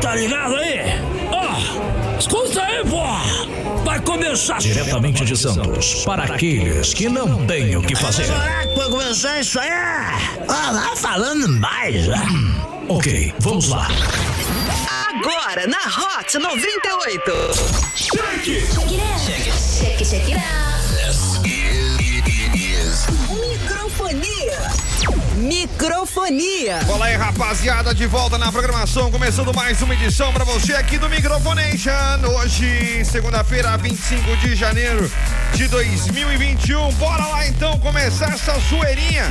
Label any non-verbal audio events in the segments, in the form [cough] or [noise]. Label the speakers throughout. Speaker 1: tá ligado aí? Ó, escuta aí, pô! Vai começar
Speaker 2: Diretamente de Santos, para aqueles que não têm o que fazer.
Speaker 3: Será que vai começar isso aí? Ah, lá falando mais. ah.
Speaker 2: Ok, vamos lá.
Speaker 4: Agora na Hot 98.
Speaker 5: Check it, check it out.
Speaker 4: Microfonia. Microfonia.
Speaker 6: Olá aí, rapaziada, de volta na programação, começando mais uma edição pra você aqui do Microfonation. Hoje, segunda-feira, 25 de janeiro de 2021. Bora lá então começar essa zoeirinha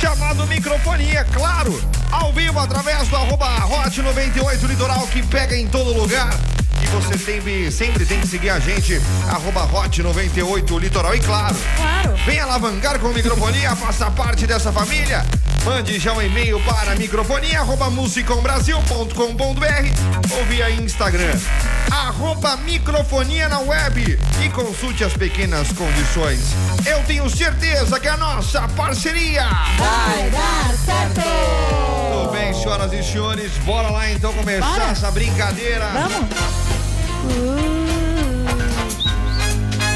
Speaker 6: chamada Microfonia, claro, ao vivo através do arroba Hot 98 Litoral que pega em todo lugar. E você sempre, sempre tem que seguir a gente, arroba Hot 98 Litoral. E claro, vem alavancar com microfonia, faça parte dessa família. Mande já um e-mail para microfonia, arroba musicombrasil.com.br ou via Instagram, arroba microfonia na web e consulte as pequenas condições. Eu tenho certeza que é a nossa parceria... Muito bem, senhoras e senhores, bora lá então começar
Speaker 7: Bora.
Speaker 6: essa brincadeira.
Speaker 7: Vamos?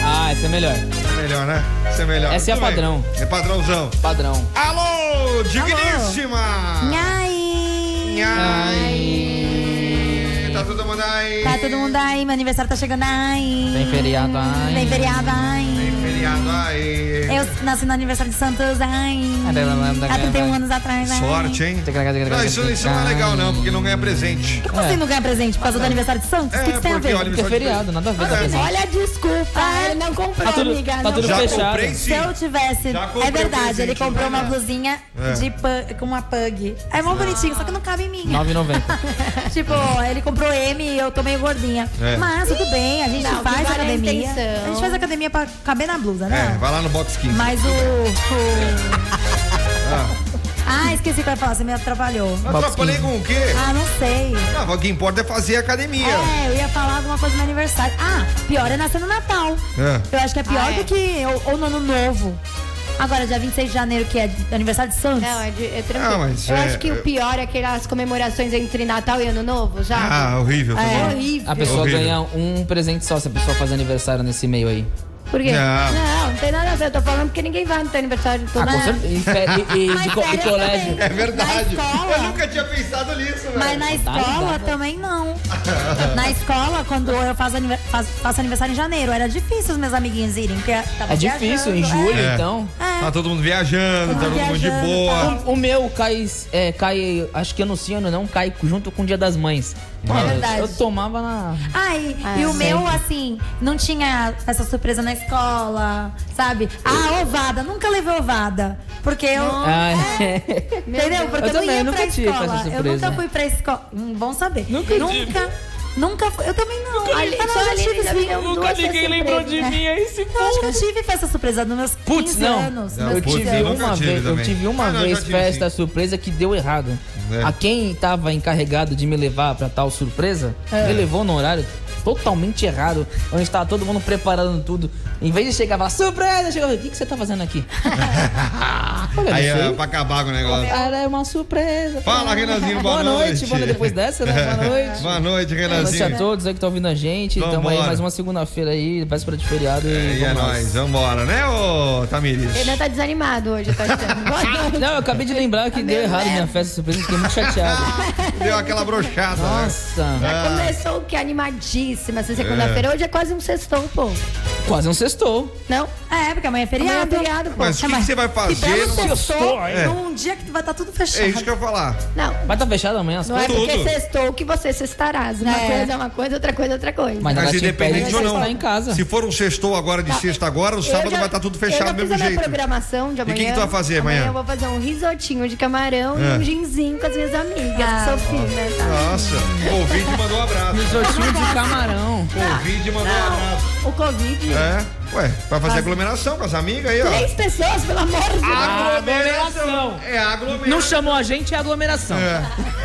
Speaker 8: Ah, essa é melhor.
Speaker 6: É melhor, né? Isso é melhor.
Speaker 8: Essa é a
Speaker 6: Muito bem.
Speaker 8: padrão.
Speaker 6: É padrãozão.
Speaker 8: Padrão.
Speaker 6: Alô, digníssima!
Speaker 7: Nhaí.
Speaker 6: Ai. Tá todo mundo aí?
Speaker 7: Tá todo mundo aí, meu aniversário tá chegando aí.
Speaker 8: Tem feriado, ai.
Speaker 7: Vem feriado
Speaker 6: Tem
Speaker 7: aí.
Speaker 6: feriado aí.
Speaker 7: Eu nasci no aniversário de Santos aí. Há 31 anos atrás, ai.
Speaker 6: Sorte, hein? Não, isso, isso não é legal não, porque não ganha presente.
Speaker 7: Por que
Speaker 8: É.
Speaker 7: você não ganha presente por causa do aniversário de Santos? O
Speaker 6: É,
Speaker 7: que, que tem a
Speaker 6: porque
Speaker 7: ver?
Speaker 6: olha,
Speaker 8: Porque é feriado, nada a ver. com a pessoa.
Speaker 9: Olha a desculpa, ele não comprou,
Speaker 8: Tá tudo-
Speaker 9: amiga.
Speaker 8: tá
Speaker 9: não
Speaker 8: tudo
Speaker 6: Já
Speaker 9: comprou.
Speaker 8: fechado.
Speaker 6: comprei
Speaker 7: Se
Speaker 6: sim.
Speaker 7: eu tivesse.
Speaker 6: Já comprei
Speaker 7: É
Speaker 6: o
Speaker 7: verdade,
Speaker 6: presente,
Speaker 7: ele comprou
Speaker 6: não vai
Speaker 7: uma
Speaker 6: dar.
Speaker 7: blusinha
Speaker 6: É. Ah.
Speaker 7: de pu- com uma pug. É mó bonitinho, só que não cabe em mim.
Speaker 8: 9,90.
Speaker 7: [laughs] Tipo, ele comprou M e eu tô meio gordinha.
Speaker 6: É.
Speaker 7: Mas tudo bem, a gente
Speaker 9: Não, que
Speaker 7: faz
Speaker 9: vale a
Speaker 7: academia.
Speaker 9: intenção.
Speaker 7: A gente faz academia pra caber na blusa,
Speaker 6: É,
Speaker 7: né?
Speaker 6: vai lá no box 15.
Speaker 7: Mas o.
Speaker 6: [laughs]
Speaker 7: o- Ah, esqueci o que eu ia falar, você me atrapalhou.
Speaker 6: Não atrapalhei com o quê?
Speaker 7: Ah, não sei.
Speaker 6: Ah, o que importa é fazer academia.
Speaker 7: É, eu ia falar alguma coisa no aniversário. Ah, pior é nascer no Natal.
Speaker 6: É.
Speaker 7: Eu acho que é pior
Speaker 9: Ah, é.
Speaker 7: do que. Ou, ou no Ano Novo. Agora, dia 26 de janeiro, que é aniversário de Santos.
Speaker 9: Não, é, de, é tranquilo.
Speaker 6: Ah, mas
Speaker 9: eu
Speaker 6: é-
Speaker 9: acho que o pior é aquelas comemorações entre Natal e Ano Novo, sabe?
Speaker 6: Ah, horrível. tá
Speaker 9: é
Speaker 6: bom.
Speaker 9: horrível.
Speaker 8: A pessoa
Speaker 6: Horrível.
Speaker 8: ganha um presente só se a pessoa faz aniversário nesse meio aí.
Speaker 9: Por quê?
Speaker 6: Não.
Speaker 9: Não. não, tem nada a ver. Eu tô falando porque ninguém vai no teu aniversário de todo
Speaker 8: Ah, com
Speaker 9: mundo.
Speaker 8: certeza. E, fe-
Speaker 7: [laughs]
Speaker 8: e- e
Speaker 7: é? Mas
Speaker 8: de co- e
Speaker 7: férias
Speaker 8: colégio.
Speaker 7: também.
Speaker 6: É verdade.
Speaker 7: Na escola.
Speaker 6: Eu nunca tinha pensado nisso, velho.
Speaker 7: Mas na
Speaker 8: dá.
Speaker 7: escola também não.
Speaker 6: [laughs]
Speaker 7: Na escola, quando eu faço, anive- faz- faço aniversário em janeiro, era difícil os meus amiguinhos irem, porque tava
Speaker 8: É difícil, em
Speaker 7: viajando,
Speaker 8: julho,
Speaker 6: É.
Speaker 8: então. Tá
Speaker 7: É.
Speaker 6: Tá todo mundo viajando, tá
Speaker 7: Todo
Speaker 6: todo
Speaker 7: mundo
Speaker 6: mundo de
Speaker 7: viajando,
Speaker 6: boa.
Speaker 8: O, o meu cai, é, cai, acho que anunciando, não cai junto com o Dia das Mães. Mano,
Speaker 7: É verdade.
Speaker 8: eu tomava na.
Speaker 7: Ai, e
Speaker 9: É.
Speaker 7: o meu, assim, não tinha essa surpresa na escola, sabe? Ah, ovada, nunca levei ovada. Porque eu. É,
Speaker 8: Ah,
Speaker 7: [laughs] Entendeu? Porque
Speaker 8: Eu
Speaker 7: eu,
Speaker 8: também,
Speaker 7: não ia
Speaker 8: eu
Speaker 7: pra
Speaker 8: nunca tive essa
Speaker 7: escola. Eu
Speaker 8: surpresa.
Speaker 7: nunca fui pra escola. Hum, bom saber.
Speaker 8: Nunca tive.
Speaker 7: Nunca. nunca fui- eu também não.
Speaker 9: Ali-
Speaker 7: Ah, não,
Speaker 9: só
Speaker 7: eu já
Speaker 9: ali
Speaker 7: tive
Speaker 9: já
Speaker 7: sim. É.
Speaker 9: viram duas surpresas.
Speaker 8: aí
Speaker 7: [laughs]
Speaker 8: se
Speaker 7: Eu acho que eu tive festa surpresa nos meus 15
Speaker 8: Putz, não.
Speaker 7: anos.
Speaker 6: Não,
Speaker 8: Eu
Speaker 7: meus
Speaker 6: putz,
Speaker 7: 15
Speaker 8: tive
Speaker 6: eu
Speaker 7: anos.
Speaker 6: nunca
Speaker 8: uma
Speaker 6: tive
Speaker 8: vez, eu
Speaker 6: também.
Speaker 8: tive
Speaker 6: Ah,
Speaker 8: uma
Speaker 6: não, eu já
Speaker 8: vez
Speaker 6: tive,
Speaker 8: festa
Speaker 6: sim.
Speaker 8: surpresa que deu errado.
Speaker 6: É.
Speaker 8: A quem tava encarregado de me levar pra tal surpresa, me levou no horário totalmente errado, onde estava todo mundo preparando tudo. Em vez de chegar e falar, surpresa, chegou, o que, que você tá fazendo
Speaker 6: [laughs]
Speaker 8: aqui? Olha,
Speaker 6: Aí é
Speaker 8: não
Speaker 6: pra acabar com o
Speaker 8: sei.
Speaker 9: Tá
Speaker 6: negócio.
Speaker 8: Era é uma surpresa.
Speaker 6: Fala, Renanzinho, boa,
Speaker 8: noite.
Speaker 6: noite.
Speaker 8: Boa noite depois dessa, né?
Speaker 6: [laughs]
Speaker 8: Boa noite.
Speaker 6: Boa noite,
Speaker 8: Boa noite a
Speaker 6: Renanzinho.
Speaker 8: todos aí que estão ouvindo a gente. Tamo aí
Speaker 6: Vambora.
Speaker 8: mais uma segunda-feira aí, véspera de feriado e,
Speaker 6: E é
Speaker 8: vamos lá.
Speaker 6: nóis, vambora, né, ô Tamiris?
Speaker 9: Renan tá desanimado hoje, eu tô
Speaker 6: [laughs]
Speaker 9: achando. Boa noite.
Speaker 8: Não, eu acabei de lembrar que deu errado minha festa surpresa, fiquei muito chateado.
Speaker 6: Deu aquela brochada. né? Ah.
Speaker 8: Nossa,
Speaker 9: Já começou o que? Animadíssima essa segunda-feira. Hoje é quase um sextão, pô.
Speaker 8: quase um sextou.
Speaker 9: Não?
Speaker 7: É, porque amanhã é
Speaker 9: Amanhã é
Speaker 7: feriado.
Speaker 9: feriado, pô.
Speaker 6: Mas o que, que você vai fazer?
Speaker 7: belo
Speaker 6: numa-
Speaker 7: sextou
Speaker 6: É.
Speaker 7: num dia que vai estar tudo
Speaker 6: É
Speaker 7: fechado.
Speaker 6: isso que eu ia falar.
Speaker 9: Não,
Speaker 8: Vai estar tá fechado amanhã as
Speaker 9: não é
Speaker 8: coisas?
Speaker 9: porque
Speaker 6: Tudo.
Speaker 9: sextou que você cestarás. Uma
Speaker 7: É.
Speaker 9: coisa é uma coisa, outra coisa é outra coisa.
Speaker 8: Mas,
Speaker 6: Mas
Speaker 8: nada te impede
Speaker 6: independente
Speaker 8: de
Speaker 6: ou
Speaker 8: você
Speaker 6: não.
Speaker 8: estar em casa.
Speaker 6: Se for um sextou agora de sexta agora, o
Speaker 9: Tá. Eu
Speaker 6: sábado
Speaker 9: já-
Speaker 6: vai estar tudo
Speaker 9: eu
Speaker 6: fechado
Speaker 9: já
Speaker 6: do
Speaker 9: fiz
Speaker 6: mesmo
Speaker 9: a minha
Speaker 6: jeito.
Speaker 9: programação de
Speaker 6: que
Speaker 9: amanhã.
Speaker 6: que tu vai fazer amanhã?
Speaker 9: eu vou fazer um risotinho de camarão
Speaker 6: É.
Speaker 9: e um ginzinho com as minhas amigas.
Speaker 7: Ah.
Speaker 9: Sou fina, tá?
Speaker 6: Nossa, o ouvinte mandou um abraço.
Speaker 8: Risotinho de camarão.
Speaker 9: Tá.
Speaker 6: O ouvinte mandou um abraço.
Speaker 9: o Covid.
Speaker 6: É, ué, vai fazer aglomeração com as amigas aí, ó.
Speaker 9: Três pessoas, pelo amor de Deus.
Speaker 8: Ah, Aglomeração.
Speaker 6: É
Speaker 8: Não
Speaker 6: aglomeração.
Speaker 8: chamou a gente, é aglomeração.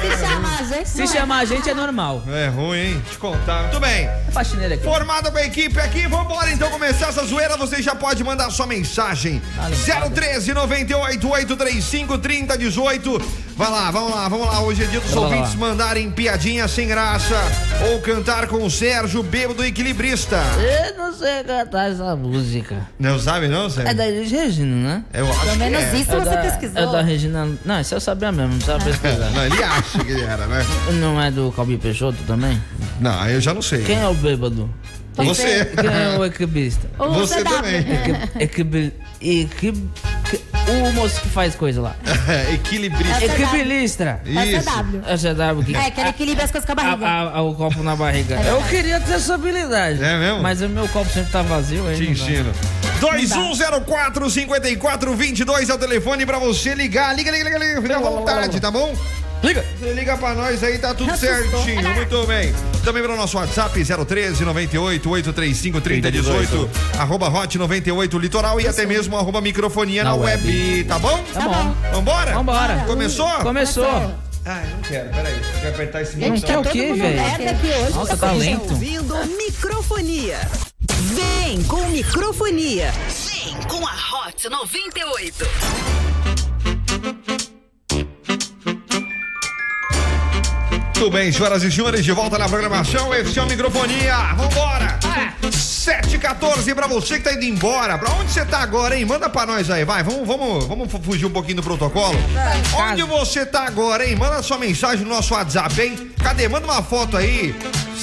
Speaker 9: Se chamar a gente,
Speaker 8: Se
Speaker 9: não é.
Speaker 8: chamar a gente, é normal.
Speaker 6: É ruim, hein? Te contar. Muito bem.
Speaker 8: É faxineira aqui.
Speaker 6: Formada com a equipe aqui, vambora então começar essa zoeira. Você já pode mandar sua mensagem.
Speaker 8: Vale.
Speaker 6: 013 98 835 3018. Vai lá, vamos lá, vamos lá. Hoje é dia dos
Speaker 8: Vai lá,
Speaker 6: ouvintes
Speaker 8: vai
Speaker 6: mandarem piadinha sem graça ou cantar com o Sérgio Bêbado Equilibrista.
Speaker 8: Eu não sei cantar essa música.
Speaker 6: Não sabe, não,
Speaker 8: É
Speaker 6: Sérgio?
Speaker 8: da Elis Regina, né?
Speaker 6: Eu acho
Speaker 7: Pelo menos
Speaker 6: que é.
Speaker 7: isso
Speaker 8: é
Speaker 7: você
Speaker 8: da, É
Speaker 7: pesquisou. É.
Speaker 8: da Regina. Não, isso eu sabia mesmo, não precisava pesquisar.
Speaker 6: Não, ele acha que era, né?
Speaker 8: Não é do Calbi Peixoto também?
Speaker 6: Não, aí eu já não sei.
Speaker 8: Quem é o bêbado?
Speaker 6: Você.
Speaker 8: Quem é o equibista?
Speaker 7: Ou
Speaker 6: Você
Speaker 7: dá-
Speaker 8: [laughs]
Speaker 6: também. [laughs]
Speaker 8: Equib- Equib... Equib... O moço é que faz coisa lá.
Speaker 6: Equilibrista.
Speaker 7: É o CW.
Speaker 8: Equibilistra.
Speaker 7: É o
Speaker 6: Isso.
Speaker 7: CW.
Speaker 8: É o CW que... É
Speaker 7: É, que ele equilibra as coisas com a
Speaker 8: A,
Speaker 7: barriga.
Speaker 8: a- a- o copo na barriga. Eu queria ter essa habilidade.
Speaker 6: É mesmo?
Speaker 8: Mas o meu copo sempre tá vazio, hein?
Speaker 6: Te ensino. 2104-5422 é o telefone pra você ligar. Liga, liga, liga, liga. Fica à vontade, tá bom?
Speaker 8: Liga!
Speaker 6: Você liga pra nós aí, tá tudo certinho. Muito bem. Também pelo nosso WhatsApp, 013 98 835 3018. Arroba Hot 98 Litoral e até mesmo arroba microfonia na,
Speaker 8: Na
Speaker 6: web.
Speaker 8: web.
Speaker 6: Tá bom?
Speaker 8: Tá bom.
Speaker 6: Vambora?
Speaker 8: Vambora.
Speaker 6: Começou?
Speaker 8: Começou. tá
Speaker 6: Ah, eu não quero. Peraí. Deixa eu apertar esse
Speaker 8: Não
Speaker 6: botão.
Speaker 8: quer o quê, velho?
Speaker 9: Essa aqui hoje.
Speaker 8: Nossa, tá lento.
Speaker 4: Ouvindo microfonia. Vem com microfonia.
Speaker 5: Vem com a Hot 98.
Speaker 6: Muito bem, senhoras e senhores, de volta na programação, esse é o Microfonia. Vambora! 7h14 pra você que tá indo embora. Pra onde você tá agora, hein? Manda pra nós aí, vai. Vamos, vamos, vamos fu- fugir um pouquinho do protocolo. Onde você tá agora, hein? Manda sua mensagem no nosso WhatsApp, hein? Cadê? Manda uma foto aí,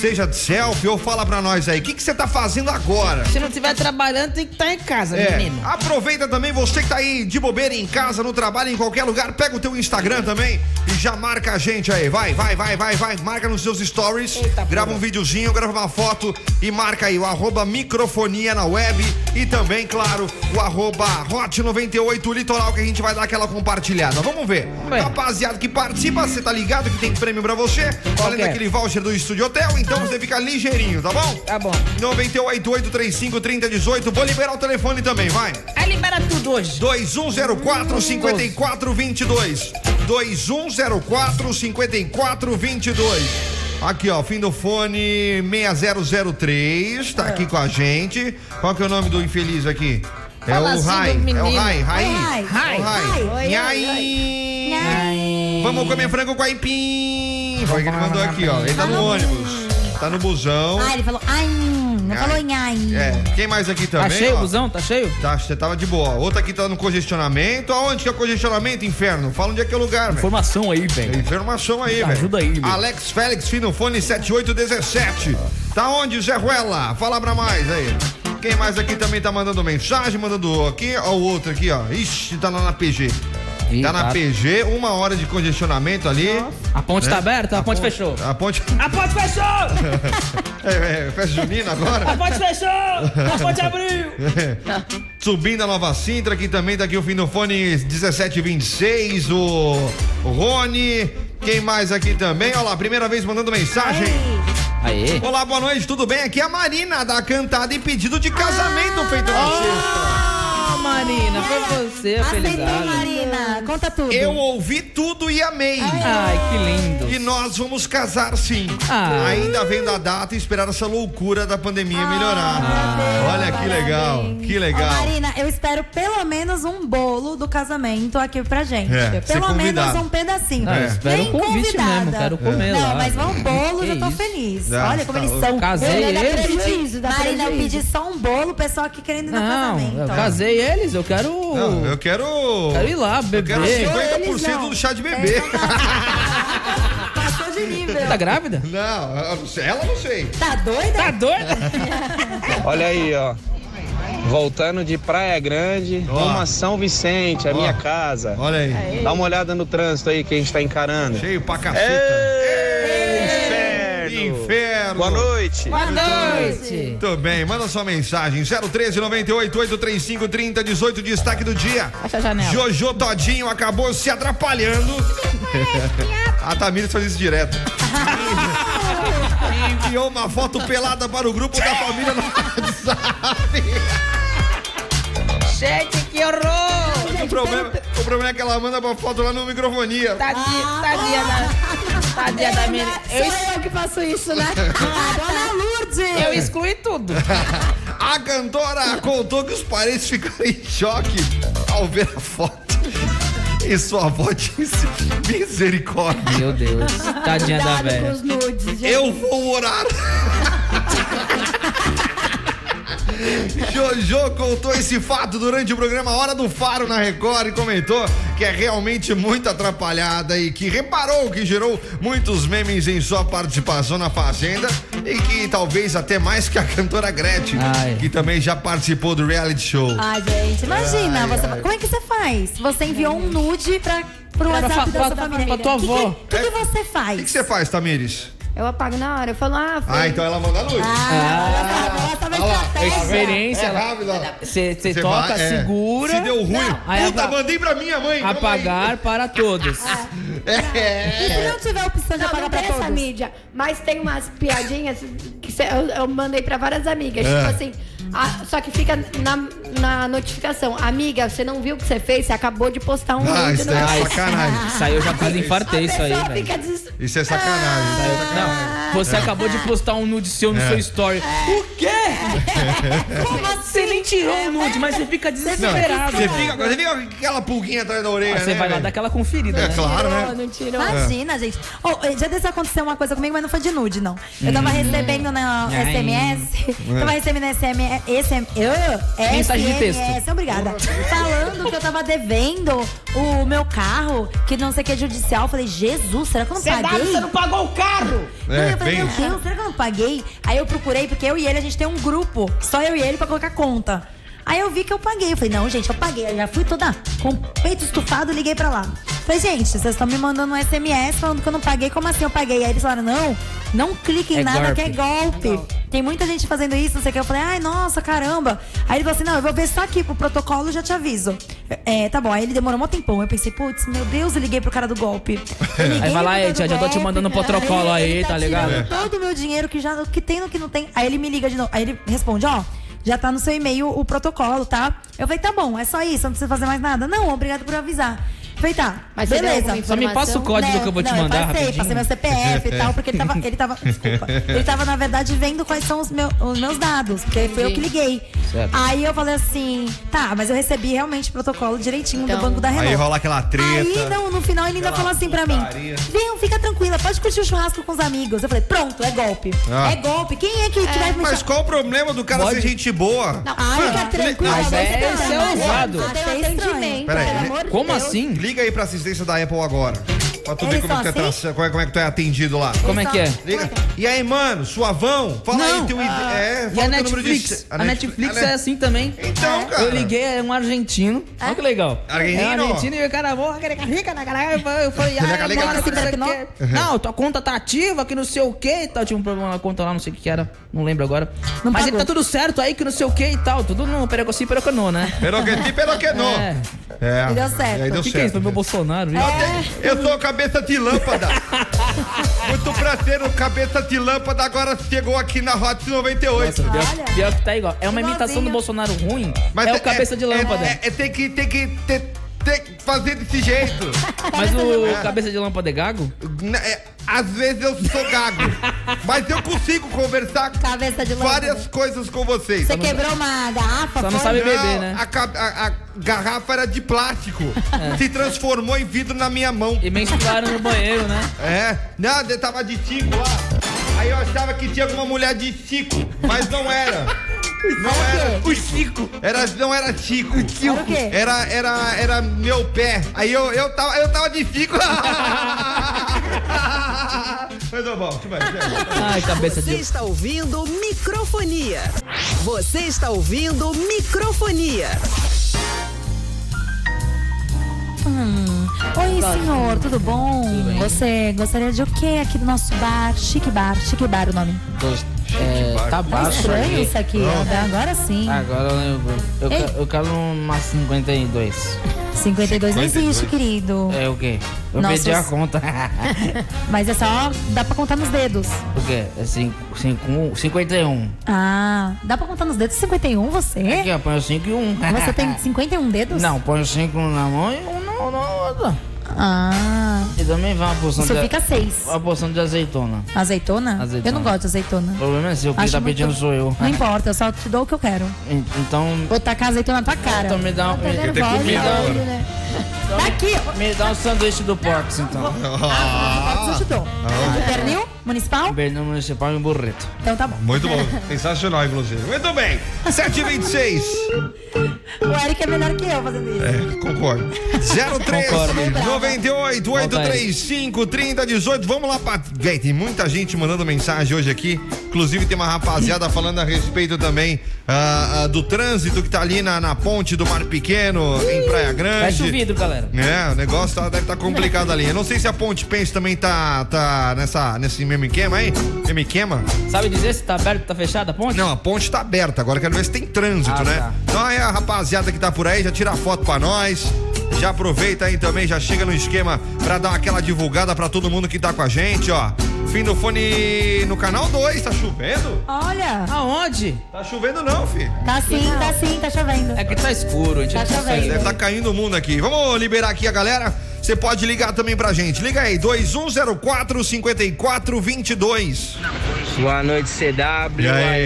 Speaker 6: seja de selfie ou fala pra nós aí. O que que você tá fazendo agora?
Speaker 8: Se não estiver trabalhando, tem que estar em casa,
Speaker 6: É,
Speaker 8: menino.
Speaker 6: aproveita também você que tá aí de bobeira em casa, no trabalho, em qualquer lugar, pega o teu Instagram também e já marca a gente aí. Vai, vai, vai, vai, vai. Marca nos seus stories, grava um videozinho, grava uma foto e marca aí o arroba microfonia na web e também, claro, o arroba hot 98 litoral que a gente vai dar aquela compartilhada. Vamos ver.
Speaker 8: Bem.
Speaker 6: Rapaziada que participa, você tá ligado que tem prêmio pra você, além
Speaker 8: que é? Ah.
Speaker 6: daquele voucher do Estúdio Hotel, então você fica ligeirinho, tá bom?
Speaker 8: Tá bom.
Speaker 6: 988353018. Vou liberar o telefone também, vai.
Speaker 8: Aí libera tudo hoje.
Speaker 6: 2104-5422. 2104-5422. Aqui, ó, fim do fone 6003. Tá aqui com a gente. Qual que é o nome do infeliz aqui? É
Speaker 8: Fala
Speaker 6: o
Speaker 8: assim do
Speaker 6: Rai. É o
Speaker 8: menino.
Speaker 6: Rai.
Speaker 7: Oi,
Speaker 8: Rai.
Speaker 6: Rai. É o
Speaker 9: Rai. Oi,
Speaker 6: Rai.
Speaker 9: oi,
Speaker 6: Nhai.
Speaker 7: Ai.
Speaker 6: Vamos comer frango com aipim. Foi o que ele mandou aqui, ó. Ele tá no ônibus. Tá no busão.
Speaker 7: Ah, ele falou ai, não
Speaker 6: Ai.
Speaker 7: falou ai.
Speaker 6: É. Quem mais aqui também?
Speaker 8: Tá cheio,
Speaker 6: ó?
Speaker 8: busão? Tá cheio?
Speaker 6: Tá, você tava de boa. Outra aqui tá no congestionamento. Aonde que é o congestionamento, inferno? Fala onde é que é o lugar, velho.
Speaker 2: Informação aí,
Speaker 6: Tem
Speaker 2: velho.
Speaker 6: Informação aí, velho.
Speaker 2: Ajuda aí, meu.
Speaker 6: Alex Félix, Finofone 7817. Tá onde, Zé Ruela? Fala pra mais aí. Quem mais aqui também tá mandando mensagem, mandando aqui, ó, o outro aqui, ó. Ixi, tá lá na PG.
Speaker 8: Ih,
Speaker 6: tá na
Speaker 8: tá.
Speaker 6: PG, uma hora de congestionamento ali.
Speaker 8: A ponte
Speaker 6: É.
Speaker 8: tá aberta? A, ponte, fechou.
Speaker 6: A ponte.
Speaker 8: A ponte fechou!
Speaker 6: [laughs] É, é, festa junina agora?
Speaker 8: A ponte fechou! A ponte abriu!
Speaker 6: [laughs] Subindo a Nova Sintra, aqui também tá aqui o Finofone 1726, o Rony. Quem mais aqui também? Olha lá, primeira vez mandando mensagem.
Speaker 8: Aê.
Speaker 6: Olá, boa noite, tudo bem? Aqui é a Marina da cantada e pedido de casamento feito na sexta.
Speaker 8: Ah,
Speaker 6: É.
Speaker 8: Marina, foi você,
Speaker 7: Aceitou,
Speaker 8: felicidade.
Speaker 7: Marina. Conta tudo.
Speaker 6: Eu ouvi tudo e amei.
Speaker 8: Ai, que lindo.
Speaker 6: E nós vamos casar sim.
Speaker 8: Ah.
Speaker 6: Ainda vendo a data e esperar essa loucura da pandemia melhorar.
Speaker 9: Ah,
Speaker 6: Olha que legal, que
Speaker 7: Ô,
Speaker 6: legal.
Speaker 7: Marina, eu espero pelo menos um bolo do casamento aqui pra gente.
Speaker 6: É, ser
Speaker 7: pelo menos
Speaker 6: convidado. É.
Speaker 7: um pedacinho.
Speaker 8: Ah, eu espero
Speaker 7: Nem
Speaker 8: o convite
Speaker 7: convidada.
Speaker 8: mesmo, quero comer
Speaker 7: Não,
Speaker 8: lá.
Speaker 7: mas vão bolo,
Speaker 8: Que é
Speaker 7: já tô
Speaker 8: isso.
Speaker 7: feliz.
Speaker 6: Ah,
Speaker 7: Olha como
Speaker 6: tá
Speaker 7: eles
Speaker 6: louco.
Speaker 7: são.
Speaker 8: Casei
Speaker 9: Ele é da
Speaker 8: eles.
Speaker 9: prejuízo, da
Speaker 7: Marina, eu
Speaker 9: prejuízo.
Speaker 7: pedi só um bolo, o pessoal aqui querendo ir no casamento.
Speaker 8: Não, eu casei eles, eu quero.
Speaker 6: Não, eu quero.
Speaker 8: Quero ir lá,
Speaker 6: Eu quero
Speaker 8: beber.
Speaker 9: Eles
Speaker 6: 50%
Speaker 9: não.
Speaker 6: do chá de bebê.
Speaker 7: Passou de nível.
Speaker 8: Tá grávida?
Speaker 6: [laughs] Não, eu não sei, ela não sei.
Speaker 7: Tá doida?
Speaker 8: Tá
Speaker 9: [laughs]
Speaker 8: doida?
Speaker 10: Olha aí, ó. Voltando de Praia Grande,
Speaker 6: Ó.
Speaker 10: rumo a São Vicente, a
Speaker 6: Ó.
Speaker 10: minha casa.
Speaker 6: Olha aí.
Speaker 10: Dá uma olhada no trânsito aí que a gente tá encarando.
Speaker 6: Cheio pra caceta.
Speaker 10: Inferno!
Speaker 6: Inferno.
Speaker 10: Boa noite!
Speaker 8: Boa noite.
Speaker 6: Muito bem, manda sua mensagem. 013 98 835 30 18, destaque do dia.
Speaker 8: Fecha a janela.
Speaker 6: Jojo Todinho acabou se atrapalhando. a Tamires faz isso direto. Em enviou uma foto pelada para o grupo da família no WhatsApp.
Speaker 8: Gente, que horror!
Speaker 6: O problema, o problema é que ela manda uma foto lá no microfonia.
Speaker 8: Tadinha, tadinha tá da. Tadinha da menina. Eu, es-
Speaker 9: Sou eu que faço
Speaker 6: [laughs]
Speaker 9: isso, né?
Speaker 7: Ah, Dona Lourdes!
Speaker 8: eu excluí tudo.
Speaker 6: A cantora contou que os parentes ficaram em choque ao ver a foto. E sua avó disse: Misericórdia,
Speaker 8: Meu Deus. Tadinha da
Speaker 9: Cuidado com
Speaker 8: velha.
Speaker 9: os nudes, gente.
Speaker 6: eu vou orar. Jojo contou esse fato durante o programa Hora do Faro na Record e comentou que é realmente muito atrapalhada e que reparou que gerou muitos memes em sua participação na Fazenda e que talvez até mais que a cantora Gretchen,
Speaker 8: Ai.
Speaker 6: que também já participou do reality show.
Speaker 7: Ai, gente, imagina.
Speaker 6: Ai,
Speaker 7: você,
Speaker 6: ai.
Speaker 7: Como é que você faz? Você enviou um nude pra, pro
Speaker 8: Pra fa-
Speaker 7: WhatsApp da
Speaker 8: pra-
Speaker 7: sua família.
Speaker 8: pra tua
Speaker 7: O que que-
Speaker 8: avó.
Speaker 7: O que, que você
Speaker 6: O que, que
Speaker 7: faz?
Speaker 6: você faz, Tamires?
Speaker 9: Eu apago na hora. Eu falo, ah, foi.
Speaker 6: Ah, então ela manda a luz.
Speaker 7: Ah, ela tava
Speaker 6: olha lá,
Speaker 7: estratégia.
Speaker 6: é
Speaker 8: Experiência. ela-
Speaker 6: rápido, ó.
Speaker 8: Você você
Speaker 6: Você
Speaker 8: toca,
Speaker 6: vai, é.
Speaker 8: segura.
Speaker 6: Se deu ruim.
Speaker 8: Aí
Speaker 6: Puta,
Speaker 8: apa-
Speaker 6: mandei pra minha mãe. calma
Speaker 8: Apagar para todos.
Speaker 6: aí. É.
Speaker 7: E se não tiver opção de
Speaker 9: Não,
Speaker 7: apagar
Speaker 9: não
Speaker 7: pra
Speaker 9: tem essa
Speaker 7: todos?
Speaker 9: mídia. Mas tem umas piadinhas que cê- eu, eu mandei pra várias amigas.
Speaker 6: É.
Speaker 9: Tipo assim, a- só que fica na, na notificação. Amiga, você não viu o que você fez? Você acabou de postar um
Speaker 6: Ah,
Speaker 9: vídeo
Speaker 6: isso
Speaker 9: no
Speaker 6: daí é
Speaker 9: meu-
Speaker 6: sacanagem.
Speaker 8: Isso aí eu já quase infartei isso aí,
Speaker 9: A pessoa
Speaker 8: velho.
Speaker 9: fica des...
Speaker 6: Isso é sacanagem. isso é
Speaker 8: Ah.
Speaker 6: sacanagem.
Speaker 8: Não, você acabou de postar um nude seu no
Speaker 6: É.
Speaker 8: seu story. O quê? É. [laughs] Como assim? Você nem tirou o nude, mas você fica assim, né? desesperado.
Speaker 6: é Você fica, você fica com aquela pulguinha atrás da orelha,
Speaker 8: Aí você
Speaker 6: né,
Speaker 8: vai lá
Speaker 6: velho?
Speaker 8: dar aquela conferida,
Speaker 6: É
Speaker 8: né?
Speaker 6: claro, né?
Speaker 9: Não tirou.
Speaker 7: Imagina, gente. Oh, já desse aconteceu uma coisa comigo, mas não foi de nude, não. Eu
Speaker 8: Hum.
Speaker 7: tava recebendo na
Speaker 8: Ai.
Speaker 7: SMS. Tava recebendo SMS. SM, eu,
Speaker 8: É. Mensagem de texto.
Speaker 7: SMS, obrigada. Falando que eu tava devendo o meu carro, que não sei o que é judicial. Eu falei, Jesus, será que eu não
Speaker 8: tá
Speaker 7: paguei?
Speaker 8: pagou o carro!
Speaker 7: Não,
Speaker 6: É,
Speaker 7: eu falei,
Speaker 6: bem
Speaker 7: meu
Speaker 6: isso.
Speaker 7: Deus, será que eu não paguei? Aí eu procurei, porque eu e ele, a gente tem um grupo, só eu e ele pra colocar conta. Aí eu vi que eu paguei. Eu falei, não, gente, eu paguei. Eu já fui toda com o peito estufado, liguei pra lá. Falei, gente, vocês estão me mandando um SMS falando que eu não paguei. Como assim eu paguei? Aí eles falaram, não, não clique em
Speaker 8: É
Speaker 7: nada que é
Speaker 8: golpe.
Speaker 7: golpe. Tem muita gente fazendo isso, não sei o que. Eu falei, ai, nossa, caramba. Aí ele falou assim: não, eu vou ver só aqui pro protocolo e já te aviso. É, tá bom. Aí ele demorou um tempão. Eu pensei, putz, meu Deus, eu liguei pro cara do
Speaker 8: [laughs]
Speaker 7: golpe. Eu liguei
Speaker 8: Aí vai lá,
Speaker 7: pro cara
Speaker 8: Ed,
Speaker 7: do
Speaker 8: já tô te
Speaker 7: golpe.
Speaker 8: mandando um protocolo aí,
Speaker 7: ele
Speaker 8: tá ligado?
Speaker 7: tirando Todo o meu dinheiro que já, o que tem no que não tem. Aí ele me liga de novo. Aí ele responde: ó. Já tá no seu e-mail o protocolo, tá? Eu falei, tá bom, é só isso, não precisa fazer mais nada. Não, obrigado por avisar. Eu Falei, tá,
Speaker 9: Mas você deu
Speaker 7: beleza.
Speaker 9: alguma
Speaker 8: Só me passa o código
Speaker 7: Não,
Speaker 8: que eu vou te
Speaker 7: não,
Speaker 8: mandar
Speaker 7: Eu passei,
Speaker 8: rapidinho.
Speaker 7: passei meu CPF e tal, porque
Speaker 8: [laughs]
Speaker 7: ele tava, ele tava. Desculpa. Ele tava, na verdade, vendo quais são os, meu- os meus dados. Porque foi eu que liguei.
Speaker 8: Certo.
Speaker 7: Aí eu falei assim, tá, mas eu recebi realmente o protocolo direitinho
Speaker 9: Então,
Speaker 7: do banco da Renault.
Speaker 6: Aí rola aquela
Speaker 7: Aí,
Speaker 6: treta.
Speaker 7: não, no final ele ainda falou assim pra mim:
Speaker 6: putaria.
Speaker 7: Venham, fica tranquila, pode curtir o churrasco com os amigos. Eu falei: Pronto, é golpe.
Speaker 6: Ah.
Speaker 7: É golpe. Quem é que, que vai me
Speaker 6: Mas
Speaker 7: chamar?
Speaker 6: qual o problema do cara
Speaker 8: Pode.
Speaker 6: ser gente boa?
Speaker 9: Não,
Speaker 7: Ai,
Speaker 9: fica
Speaker 7: fica tranquila,
Speaker 8: mas
Speaker 7: você
Speaker 8: é-
Speaker 7: tá
Speaker 8: esse é
Speaker 7: errado.
Speaker 8: ousado.
Speaker 9: Tem
Speaker 7: Achei estranho.
Speaker 9: atendimento,
Speaker 6: Peraí,
Speaker 9: pelo
Speaker 6: ele-
Speaker 9: amor de
Speaker 8: Como
Speaker 9: Deus.
Speaker 8: assim?
Speaker 6: Liga aí pra assistência da Apple agora. Pra tu ver
Speaker 7: Eles
Speaker 6: como é, que tu é
Speaker 7: são assim?
Speaker 6: tra- como é- como é que tu é atendido lá.
Speaker 8: Como é que é?
Speaker 6: Liga. E aí, mano, suavão? Fala
Speaker 8: Não. Ah,
Speaker 6: aí teu... id- é,
Speaker 8: E a
Speaker 6: fala teu número de-
Speaker 8: Netflix?
Speaker 6: A
Speaker 8: A Netflix
Speaker 6: a
Speaker 8: é
Speaker 6: Net-
Speaker 8: assim também.
Speaker 6: Então, cara.
Speaker 8: Eu liguei, era um argentino. Olha que legal.
Speaker 6: Argentino?
Speaker 8: É um argentino e o cara, "Vó, carica, rica na caralho. Eu falei, ah,
Speaker 6: Legal,
Speaker 8: mano,
Speaker 6: legal.
Speaker 8: não sei o quê. Não, tua conta tá ativa, que não sei o que e tal. Tinha um problema na conta lá, não sei o que que era, não lembro agora. Mas ele tá tudo certo aí, que não sei o que e tal. Tudo no perecoci perocanô, né?
Speaker 6: Peroqueti, peroquenô.
Speaker 8: [laughs] É.
Speaker 6: É.
Speaker 7: E deu certo.
Speaker 6: E aí deu
Speaker 8: O que, que é isso? Foi meu Bolsonaro? viu?
Speaker 6: Eu sou cabeça de
Speaker 7: [laughs]
Speaker 6: lâmpada. Muito prazer, o cabeça de lâmpada agora chegou aqui na Hot 98.
Speaker 8: Pior, pior que tá igual. É uma
Speaker 7: Igualzinho.
Speaker 8: imitação do Bolsonaro ruim. é o cabeça de lâmpada.
Speaker 6: É, é- tem que, tem que, tem, tem que fazer desse
Speaker 7: [laughs]
Speaker 6: jeito.
Speaker 8: Mas o cabeça de lâmpada é gago?
Speaker 6: N- é, Às vezes eu sou gago, mas eu consigo conversar
Speaker 7: Cabeça de lâmpada.
Speaker 6: várias coisas com vocês.
Speaker 7: Você quebrou uma garrafa?
Speaker 8: Só não
Speaker 7: foi?
Speaker 8: sabe
Speaker 6: Não,
Speaker 8: beber, né?
Speaker 6: a, ca- a- a garrafa era
Speaker 8: [laughs]
Speaker 6: de plástico.
Speaker 8: É.
Speaker 6: Se transformou em vidro na minha mão.
Speaker 8: E mensuraram no banheiro, né?
Speaker 6: É, não, eu tava de tico lá. Aí eu achava que tinha alguma mulher de tico, mas não era. Não era. O Chico. Era, não era Chico.
Speaker 7: Era o quê?
Speaker 6: Era, era, era meu pé. Aí eu, eu, tava, eu tava de tico. [laughs] Mas tá bom, deixa eu ver, deixa eu ver.
Speaker 8: Ai, cabeça
Speaker 4: Você
Speaker 8: de.
Speaker 4: está ouvindo microfonia. Você está ouvindo microfonia.
Speaker 7: Oi, senhor, tudo bom? Você gostaria de o quê aqui do nosso bar? Chique Bar, Chique Bar o nome.
Speaker 8: É, tá
Speaker 7: Tá
Speaker 8: baixo
Speaker 7: estranho
Speaker 8: aí. né? Ah,
Speaker 7: isso aqui, agora sim.
Speaker 8: Agora eu, eu, eu,
Speaker 7: Ei.
Speaker 8: eu quero uma 52.
Speaker 7: 52 não existe,
Speaker 6: 52.
Speaker 7: querido.
Speaker 8: É o quê? Eu
Speaker 7: Nossa,
Speaker 8: perdi a
Speaker 7: os-
Speaker 8: conta. [laughs]
Speaker 7: Mas é só. Dá pra contar nos dedos.
Speaker 8: o quê? É cinco, cinco, um, 51.
Speaker 7: Ah, dá pra contar nos dedos 51
Speaker 8: Aqui,
Speaker 7: você?
Speaker 8: ó, põe o 5 e 1. Um.
Speaker 7: Você
Speaker 8: [laughs]
Speaker 7: tem 51 dedos?
Speaker 8: Não, põe o 5 na mão e um na, na outra.
Speaker 7: Ah.
Speaker 8: E também vai uma porção
Speaker 7: Isso
Speaker 8: de.
Speaker 7: fica 6.
Speaker 8: Uma porção de azeitona.
Speaker 7: Azeitona?
Speaker 8: Azeitona.
Speaker 7: Eu não gosto de azeitona.
Speaker 8: O problema é seu, quem
Speaker 7: Acho
Speaker 8: tá
Speaker 7: muito-
Speaker 8: pedindo sou eu.
Speaker 7: Não importa, eu só te dou o que eu quero.
Speaker 8: En- Então.
Speaker 7: Vou tacar azeitona na tua cara.
Speaker 8: Então me dá um.
Speaker 7: Tá
Speaker 8: Me,
Speaker 6: ter
Speaker 7: nervosa?
Speaker 6: comido agora.
Speaker 9: né?
Speaker 7: Daqui, ó.
Speaker 8: me dá um sanduíche do Pox, então.
Speaker 7: Ah, eu te dou. Pernil municipal?
Speaker 8: Pernil municipal e um burrito.
Speaker 7: Então tá bom.
Speaker 6: Muito bom. Sensacional, inclusive. Muito bem. 7h26.
Speaker 7: O Eric é melhor que eu fazendo isso.
Speaker 6: É, concordo. 03 98 835 3018. Vamos lá, pra... Véi, tem muita gente mandando mensagem hoje aqui. Inclusive, tem uma rapaziada falando a respeito também ah, ah, do trânsito que tá ali na, na ponte do Mar Pequeno, em Praia
Speaker 8: Fecha o
Speaker 6: Grande.
Speaker 8: vidro, Tá galera.
Speaker 6: É, o negócio tá- deve estar complicado ali. Eu não sei se a Ponte Pence também tá, tá nessa, nesse mesmo esquema aí. Mesmo esquema?
Speaker 8: Sabe dizer se tá aberto, tá fechado a ponte?
Speaker 6: Não, a ponte tá aberta. Agora quero ver se tem trânsito,
Speaker 8: Ah,
Speaker 6: né?
Speaker 8: tá.
Speaker 6: Então aí a rapaziada que tá por aí já tira a foto pra nós. Já aproveita aí também, já chega no esquema pra dar aquela divulgada pra todo mundo que tá com a gente, ó. Fim do fone no canal 2, tá chovendo?
Speaker 7: Olha,
Speaker 8: Aonde?
Speaker 6: Tá chovendo não, filho.
Speaker 7: tá sim, tá sim, tá chovendo.
Speaker 8: É que tá escuro, a gente
Speaker 7: Tá
Speaker 8: não consegue
Speaker 7: chovendo.
Speaker 6: Deve tá caindo o mundo aqui. Vamos liberar aqui a galera. Você pode ligar também pra gente. Liga aí, 2104 5422.
Speaker 10: Boa noite, CW,
Speaker 6: E aí?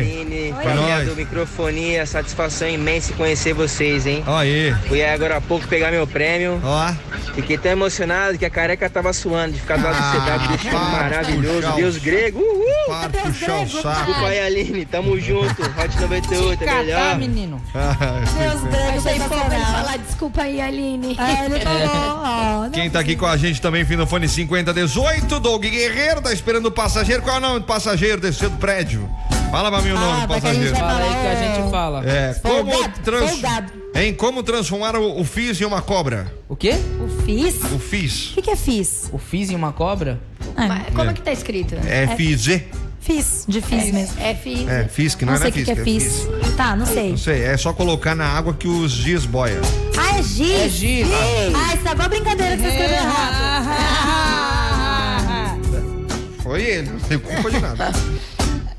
Speaker 6: Oi.
Speaker 10: Aline, família
Speaker 6: Nós.
Speaker 10: do Microfonia. Satisfação imensa em conhecer vocês, hein?
Speaker 6: Ó aí,
Speaker 10: Fui agora há pouco pegar meu prêmio.
Speaker 6: ó.
Speaker 10: Fiquei tão emocionado que a careca tava suando de ficar do lado
Speaker 6: Ah,
Speaker 10: do CW, bicho
Speaker 6: para, puxar
Speaker 10: maravilhoso,
Speaker 6: o-
Speaker 10: Deus grego. Uhul!
Speaker 6: Para puxar o saco.
Speaker 10: Desculpa aí, Aline, tamo junto. Hot 98 é
Speaker 8: Tá,
Speaker 10: melhor.
Speaker 8: menino.
Speaker 6: [laughs]
Speaker 7: Meus gregos
Speaker 9: Achei fofo ele
Speaker 7: sensacional.
Speaker 9: falar desculpa aí, Aline.
Speaker 7: É, ele falou,
Speaker 8: [laughs]
Speaker 7: ó. né?
Speaker 6: Quem tá aqui com a gente também, fim do fone 5018, Doug Guerreiro, tá esperando o passageiro. Qual é o nome do passageiro desceu do prédio? Fala pra mim o nome do
Speaker 7: vai que Ah, a gente
Speaker 6: passageiro.
Speaker 11: Tá
Speaker 7: vai-
Speaker 8: Fala aí que a gente fala.
Speaker 6: É, como,
Speaker 7: Folgado,
Speaker 6: trans...
Speaker 7: folgado.
Speaker 6: hein, como transformar o, o FIS em uma cobra?
Speaker 8: O quê?
Speaker 7: O FIS?
Speaker 6: O
Speaker 7: O
Speaker 6: FIS.
Speaker 7: que, que é FIS?
Speaker 8: O fiz em uma cobra?
Speaker 9: Mas Como é que tá escrito?
Speaker 7: É.
Speaker 6: FIZ.
Speaker 7: FIS, de FIS mesmo.
Speaker 9: F.
Speaker 6: É, FIS, que não,
Speaker 7: Não
Speaker 6: era
Speaker 7: sei o que, que é FIS. Tá, não sei.
Speaker 6: Não sei, é só colocar na água que os dias boia.
Speaker 7: Ah, é giz.
Speaker 8: É giz.
Speaker 7: Ah, isso é boa brincadeira que você
Speaker 6: É.
Speaker 7: escreveu errado.
Speaker 6: Foi ele, não tem culpa de
Speaker 7: [laughs]
Speaker 6: nada.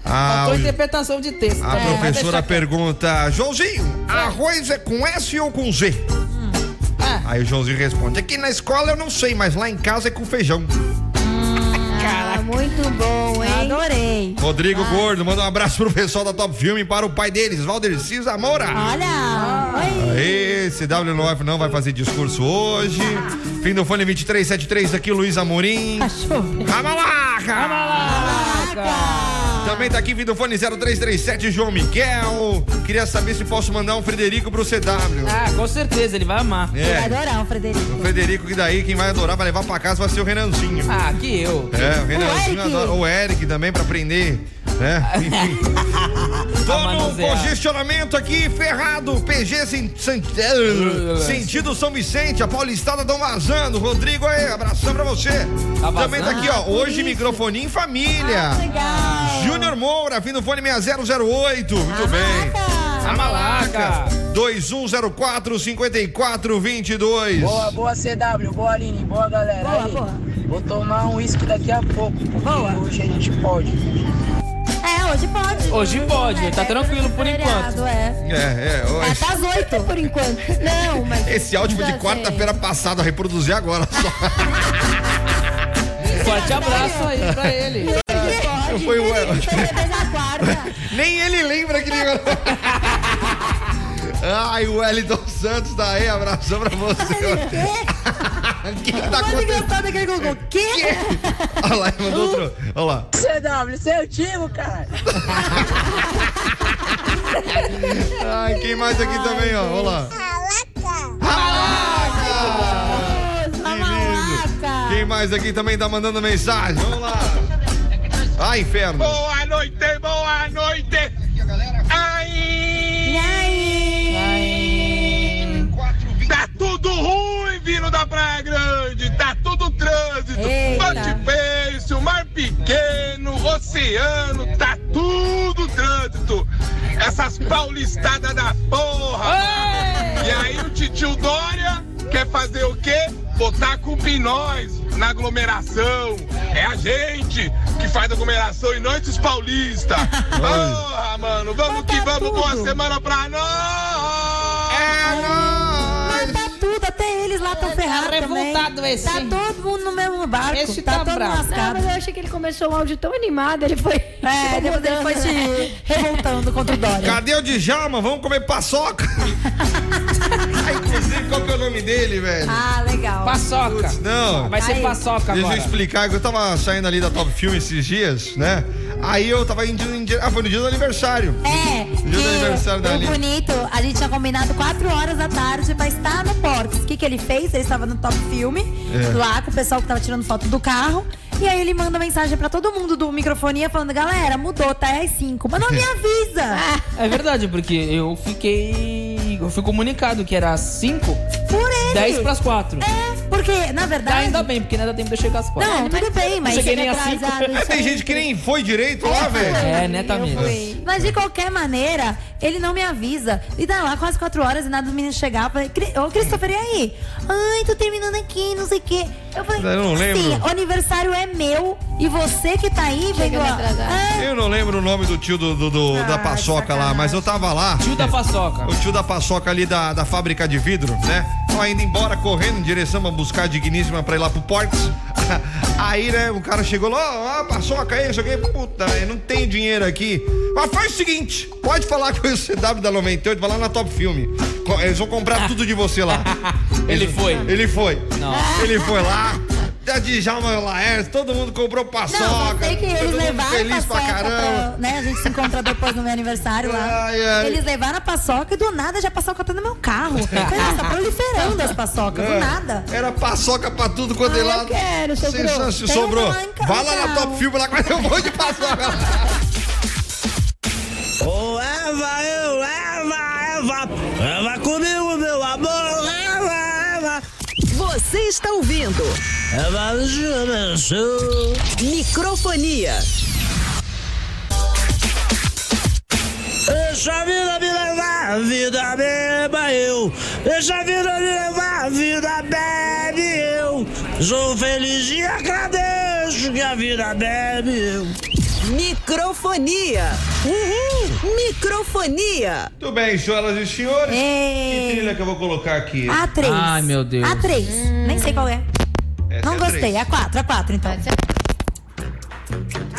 Speaker 6: Ah,
Speaker 8: Faltou
Speaker 6: o-
Speaker 8: interpretação de texto.
Speaker 6: a
Speaker 8: É, vai
Speaker 6: professora
Speaker 8: deixar-
Speaker 6: pergunta, Joãozinho, arroz é com S ou com Z?
Speaker 8: Ah.
Speaker 6: Aí o Joãozinho responde: aqui na escola eu não sei, mas lá em casa é com feijão.
Speaker 9: Ah, muito bom, hein?
Speaker 7: Adorei.
Speaker 6: Rodrigo Gordo, manda um abraço pro pessoal da Top Filme e para o pai deles, Valder Cisa Moura. Ah.
Speaker 7: Olha. Oi.
Speaker 6: Aí, CW9 não vai fazer discurso hoje. Fim do fone 2373 aqui, Luiz Amorim.
Speaker 7: Tá chovendo.
Speaker 6: Ramalaca! Também tá aqui vindo o fone 0337, João Miguel. Queria saber se posso mandar um Frederico pro CW.
Speaker 8: Ah, com certeza, ele vai amar.
Speaker 7: Vai
Speaker 6: É,
Speaker 7: adorar o Frederico.
Speaker 6: o Frederico que daí quem vai adorar, vai levar pra casa, vai ser o Renanzinho.
Speaker 8: Ah, que eu.
Speaker 6: É, o Renanzinho
Speaker 7: Eric.
Speaker 6: adora. O Eric também pra aprender. né? Enfim. Tô num
Speaker 8: manusear.
Speaker 6: congestionamento aqui, ferrado. PG sen- sen- eh, sentido São Vicente, a Paulistada tão vazando. Rodrigo, aí, abração pra você.
Speaker 8: Tá
Speaker 6: Também tá
Speaker 8: vazando?
Speaker 6: aqui, ó. Hoje, microfonia em família.
Speaker 7: Ah, Legal.
Speaker 6: Júnior Moura, fim do fone 6008. Muito bem.
Speaker 7: Caraca.
Speaker 8: A malaca.
Speaker 6: 2104 5422.
Speaker 11: Boa, boa CW, boa Aline, boa galera.
Speaker 7: Boa,
Speaker 11: Aí,
Speaker 7: boa.
Speaker 11: Vou tomar um uísque daqui a pouco, porque hoje a gente pode.
Speaker 7: É, hoje pode.
Speaker 8: Hoje pode,
Speaker 7: É,
Speaker 8: tá tranquilo por
Speaker 7: feriado, É.
Speaker 6: É, é,
Speaker 7: É,
Speaker 6: hoje.
Speaker 7: tá às oito por enquanto. Não,
Speaker 6: [laughs]
Speaker 7: mas.
Speaker 6: Esse áudio foi de quarta-feira passada, reproduzir agora só.
Speaker 8: Forte abraço aí pra ele.
Speaker 7: Pode.
Speaker 6: Foi o- Tá
Speaker 7: Depois da
Speaker 6: [laughs]
Speaker 7: quarta.
Speaker 6: Nem ele lembra que ele. Ai, o Wellington Santos tá aí, abração pra você.
Speaker 7: Quê?
Speaker 6: [laughs] O que, que tá
Speaker 7: Pode
Speaker 6: acontecendo?
Speaker 7: engraçado aquele Google. Quê?
Speaker 6: Olha lá, ele mandou outro. Olha lá.
Speaker 11: CW, seu time, cara.
Speaker 6: [laughs] Ai, quem mais aqui também, ó? Olha lá. Malaca! Que lindo.
Speaker 7: malaca.
Speaker 6: Quem mais aqui também tá mandando mensagem? Vamos lá. Ai, inferno.
Speaker 10: Boa noite, boa noite. Ai,
Speaker 7: E aí?
Speaker 10: tá tudo ruim vindo da Praia Grande, tá tudo trânsito.
Speaker 7: Eita.
Speaker 10: Ponte Peixe, o Mar Pequeno, Oceano, tá tudo trânsito. Essas paulistadas da porra. E aí o titio Dória, que quer fazer o quê? Botar a culpa em nós, na aglomeração. É a gente que faz aglomeração e não esses paulistas. Porra, mano, vamos que vamos, boa semana pra nós! É
Speaker 7: Mas tá tudo, até eles lá estão ferrados também.
Speaker 9: Tá revoltado esse.
Speaker 7: Tá todo mundo no mesmo barco.
Speaker 9: Esse
Speaker 7: tá,
Speaker 9: tá
Speaker 7: todo
Speaker 9: bravo.
Speaker 7: lascado.
Speaker 9: Não, mas eu
Speaker 6: É,
Speaker 9: achei que ele começou um áudio tão animado, ele foi. [laughs]
Speaker 7: É, depois ele foi se
Speaker 6: [laughs]
Speaker 7: revoltando contra o Dória.
Speaker 6: Cadê o Djalma? Vamos comer
Speaker 7: [laughs]
Speaker 6: paçoca? Ai, inclusive, qual que é o nome dele, velho?
Speaker 7: Ah, legal.
Speaker 8: Paçoca.
Speaker 6: Não.
Speaker 8: Vai ser
Speaker 7: Aí.
Speaker 8: paçoca
Speaker 6: Deixa
Speaker 8: agora.
Speaker 6: eu explicar que eu tava saindo ali da Top Filme esses dias, né? Aí eu tava indo. em dia- Ah, foi no dia do aniversário.
Speaker 7: É,
Speaker 6: Dia do aniversário da
Speaker 7: que o
Speaker 6: Aline.
Speaker 7: bonito, a gente tinha combinado 4 horas da tarde pra estar no Porcs. O que, que ele fez? Ele estava no Top Filme,
Speaker 6: É.
Speaker 7: lá com o pessoal que tava tirando foto do carro. E aí ele manda mensagem pra todo mundo do microfonia falando, galera, mudou, tá? É às 5. Mas
Speaker 6: [laughs]
Speaker 7: não me
Speaker 9: Ah.
Speaker 7: avisa!
Speaker 8: É verdade, porque eu fiquei. Eu fui comunicado que era às 5,
Speaker 7: Por ele!
Speaker 8: 10 pras 4.
Speaker 7: É, porque, na
Speaker 8: Tá
Speaker 7: verdade.
Speaker 8: ainda bem, porque não dá tempo de eu chegar às 4.
Speaker 7: Não, tudo bem, mas. é
Speaker 8: cheguei nem às 5.
Speaker 6: assim. [laughs] Tem gente que nem foi direito lá, velho.
Speaker 8: É, né, Tamires?
Speaker 7: Mas de qualquer maneira, ele não me avisa. E dá lá quase quatro horas e nada do menino chegar. Eu falei, "Cri- Ô, Christopher, e aí? Ai, tô terminando aqui, não sei o quê. Eu falei,
Speaker 6: Eu não lembro.
Speaker 7: sim, o aniversário é meu e você que tá aí, vendo.
Speaker 9: me
Speaker 7: ó,
Speaker 9: atrasar.
Speaker 7: é,
Speaker 6: Eu não lembro o nome do tio do, do- do- da
Speaker 7: Ah,
Speaker 6: paçoca lá,
Speaker 7: sacanagem.
Speaker 6: mas eu tava lá.
Speaker 8: Tio da paçoca.
Speaker 6: O tio da paçoca ali da, da fábrica de vidro, né? Então, indo embora, correndo em direção a buscar a digníssima pra ir lá pro Portes. [laughs] Aí, né, o cara chegou lá, ó, a paçoca aí, cheguei, puta, eu não tenho dinheiro aqui. Mas faz o seguinte, pode falar [laughs] com o CW da 98, vai lá na Top Filme. Co- Eles
Speaker 8: [laughs]
Speaker 6: vão comprar tudo de você lá.
Speaker 8: Ele
Speaker 6: Eles-
Speaker 8: foi.
Speaker 6: Ele foi.
Speaker 8: Não.
Speaker 6: Ele foi lá. Da Djalma Laércio, todo mundo comprou paçoca.
Speaker 7: Não, eu sei que
Speaker 6: todo
Speaker 7: eles
Speaker 6: mundo
Speaker 7: levaram
Speaker 6: feliz
Speaker 7: a paçoca
Speaker 6: pra caramba.
Speaker 7: pra- né? A gente se encontra depois no meu aniversário lá.
Speaker 6: Ai, ai.
Speaker 7: Eles levaram a paçoca e do nada já a paçoca tá no meu carro. Eu Falei,
Speaker 6: [laughs]
Speaker 7: nossa, tá proliferando as paçocas,
Speaker 6: É.
Speaker 7: do nada.
Speaker 6: Era paçoca pra tudo
Speaker 7: Ah,
Speaker 6: quanto é lá.
Speaker 9: eu quero, sobrou.
Speaker 6: Sensa- se
Speaker 7: Tem
Speaker 6: sobrou.
Speaker 7: uma lá em casa.
Speaker 6: Vai lá na Top Filme lá que eu vou de paçoca.
Speaker 3: Ô, Eva, eu, Eva, Eva, Eva comigo, meu amor, Eva, Eva.
Speaker 4: Você está ouvindo
Speaker 3: Eva, jura, sou.
Speaker 4: Microfonia.
Speaker 3: Deixa a vida me levar, a vida beba eu. Deixa a vida me levar, a vida bebe eu. Sou feliz e agradeço que a vida bebe eu.
Speaker 4: Microfonia. Microfonia.
Speaker 6: Muito bem, senhoras e senhores.
Speaker 7: Ei.
Speaker 6: Que
Speaker 7: É,
Speaker 6: trilha que eu vou colocar aqui?
Speaker 7: A3.
Speaker 8: Ai, meu Deus.
Speaker 7: A3. Nem sei qual é.
Speaker 6: Essa é
Speaker 7: Não
Speaker 6: a
Speaker 7: gostei.
Speaker 6: três.
Speaker 7: A4, A4 então.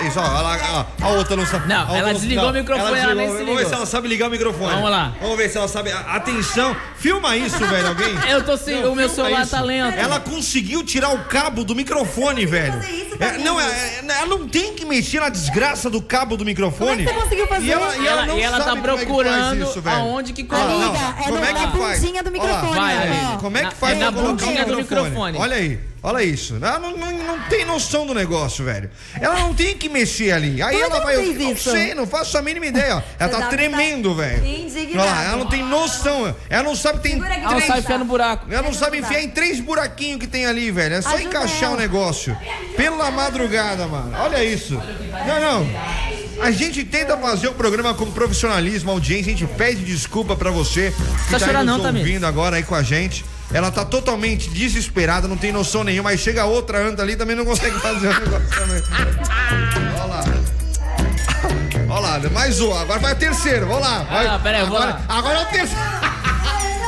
Speaker 6: Isso, ó, ela- ó, a outra não sabe.
Speaker 8: Não,
Speaker 6: a outra
Speaker 8: ela desligou o microfone,
Speaker 6: Ela
Speaker 8: ela
Speaker 6: desligou.
Speaker 8: nem se
Speaker 6: Vamos ver
Speaker 8: ligou.
Speaker 6: se ela sabe ligar o microfone.
Speaker 8: Vamos lá.
Speaker 6: Vamos ver se ela sabe. A- Atenção, filma isso, velho, alguém.
Speaker 8: Eu tô sem.
Speaker 6: Não,
Speaker 8: o meu
Speaker 6: filma
Speaker 8: celular
Speaker 6: É isso.
Speaker 8: tá lento.
Speaker 6: Ela conseguiu tirar o cabo do microfone, velho.
Speaker 7: fazer isso, né?
Speaker 6: É, não, é, é, ela não tem que mexer na desgraça do cabo do microfone.
Speaker 7: Como é que você conseguiu fazer
Speaker 6: E ela,
Speaker 7: isso?
Speaker 6: e ela, não
Speaker 8: e ela tá
Speaker 6: sabe como é que faz
Speaker 8: procurando
Speaker 6: isso, velho.
Speaker 8: aonde que
Speaker 7: Amiga,
Speaker 8: coloca.
Speaker 6: não,
Speaker 7: é
Speaker 6: como
Speaker 7: no,
Speaker 6: é que
Speaker 7: na
Speaker 6: faz?
Speaker 7: pontinha do
Speaker 6: Olha lá,
Speaker 7: microfone.
Speaker 8: vai,
Speaker 7: né? ó.
Speaker 8: Aline,
Speaker 6: Como é que
Speaker 8: Na-
Speaker 6: faz
Speaker 8: é na
Speaker 6: pra colocar
Speaker 8: bundinha
Speaker 6: o
Speaker 8: do microfone.
Speaker 6: Olha aí, olha isso. Ela não, não, não tem noção do negócio, velho. Ela não tem que mexer ali. Aí
Speaker 7: Como é
Speaker 6: ela
Speaker 7: que
Speaker 6: vai.
Speaker 7: ela
Speaker 6: Eu
Speaker 7: fez
Speaker 6: não
Speaker 7: isso?
Speaker 6: sei, não faço a mínima ideia. ó. Ela
Speaker 7: Você
Speaker 6: tá
Speaker 7: tá-
Speaker 6: tremendo,
Speaker 7: tá
Speaker 6: velho.
Speaker 7: indignado.
Speaker 6: Olha lá, ela não tem noção. Ela não sabe tem.
Speaker 7: Segura aqui.
Speaker 8: Ela sai enfiando no buraco.
Speaker 6: Ela não sabe
Speaker 7: buraco.
Speaker 6: enfiar em três buraquinhos que tem ali, velho. É só
Speaker 7: Ajuda
Speaker 6: encaixar
Speaker 7: ela.
Speaker 6: o negócio. Pela madrugada, mano. Olha isso. Não, não. A gente tenta fazer o programa com profissionalismo, audiência. A gente pede desculpa pra você que
Speaker 8: Tá
Speaker 6: tá aí
Speaker 8: chorar
Speaker 6: nos
Speaker 8: não, Tamires.
Speaker 6: ouvindo agora aí com a gente. Ela tá totalmente desesperada, não tem noção nenhuma. Aí chega outra anta ali também não consegue [laughs] fazer o negócio também. Olha lá. Olha lá, mais um. Agora vai o terceiro. Vamos lá. Vai.
Speaker 8: Ah, pera aí, eu vou
Speaker 6: agora, agora é o terceiro.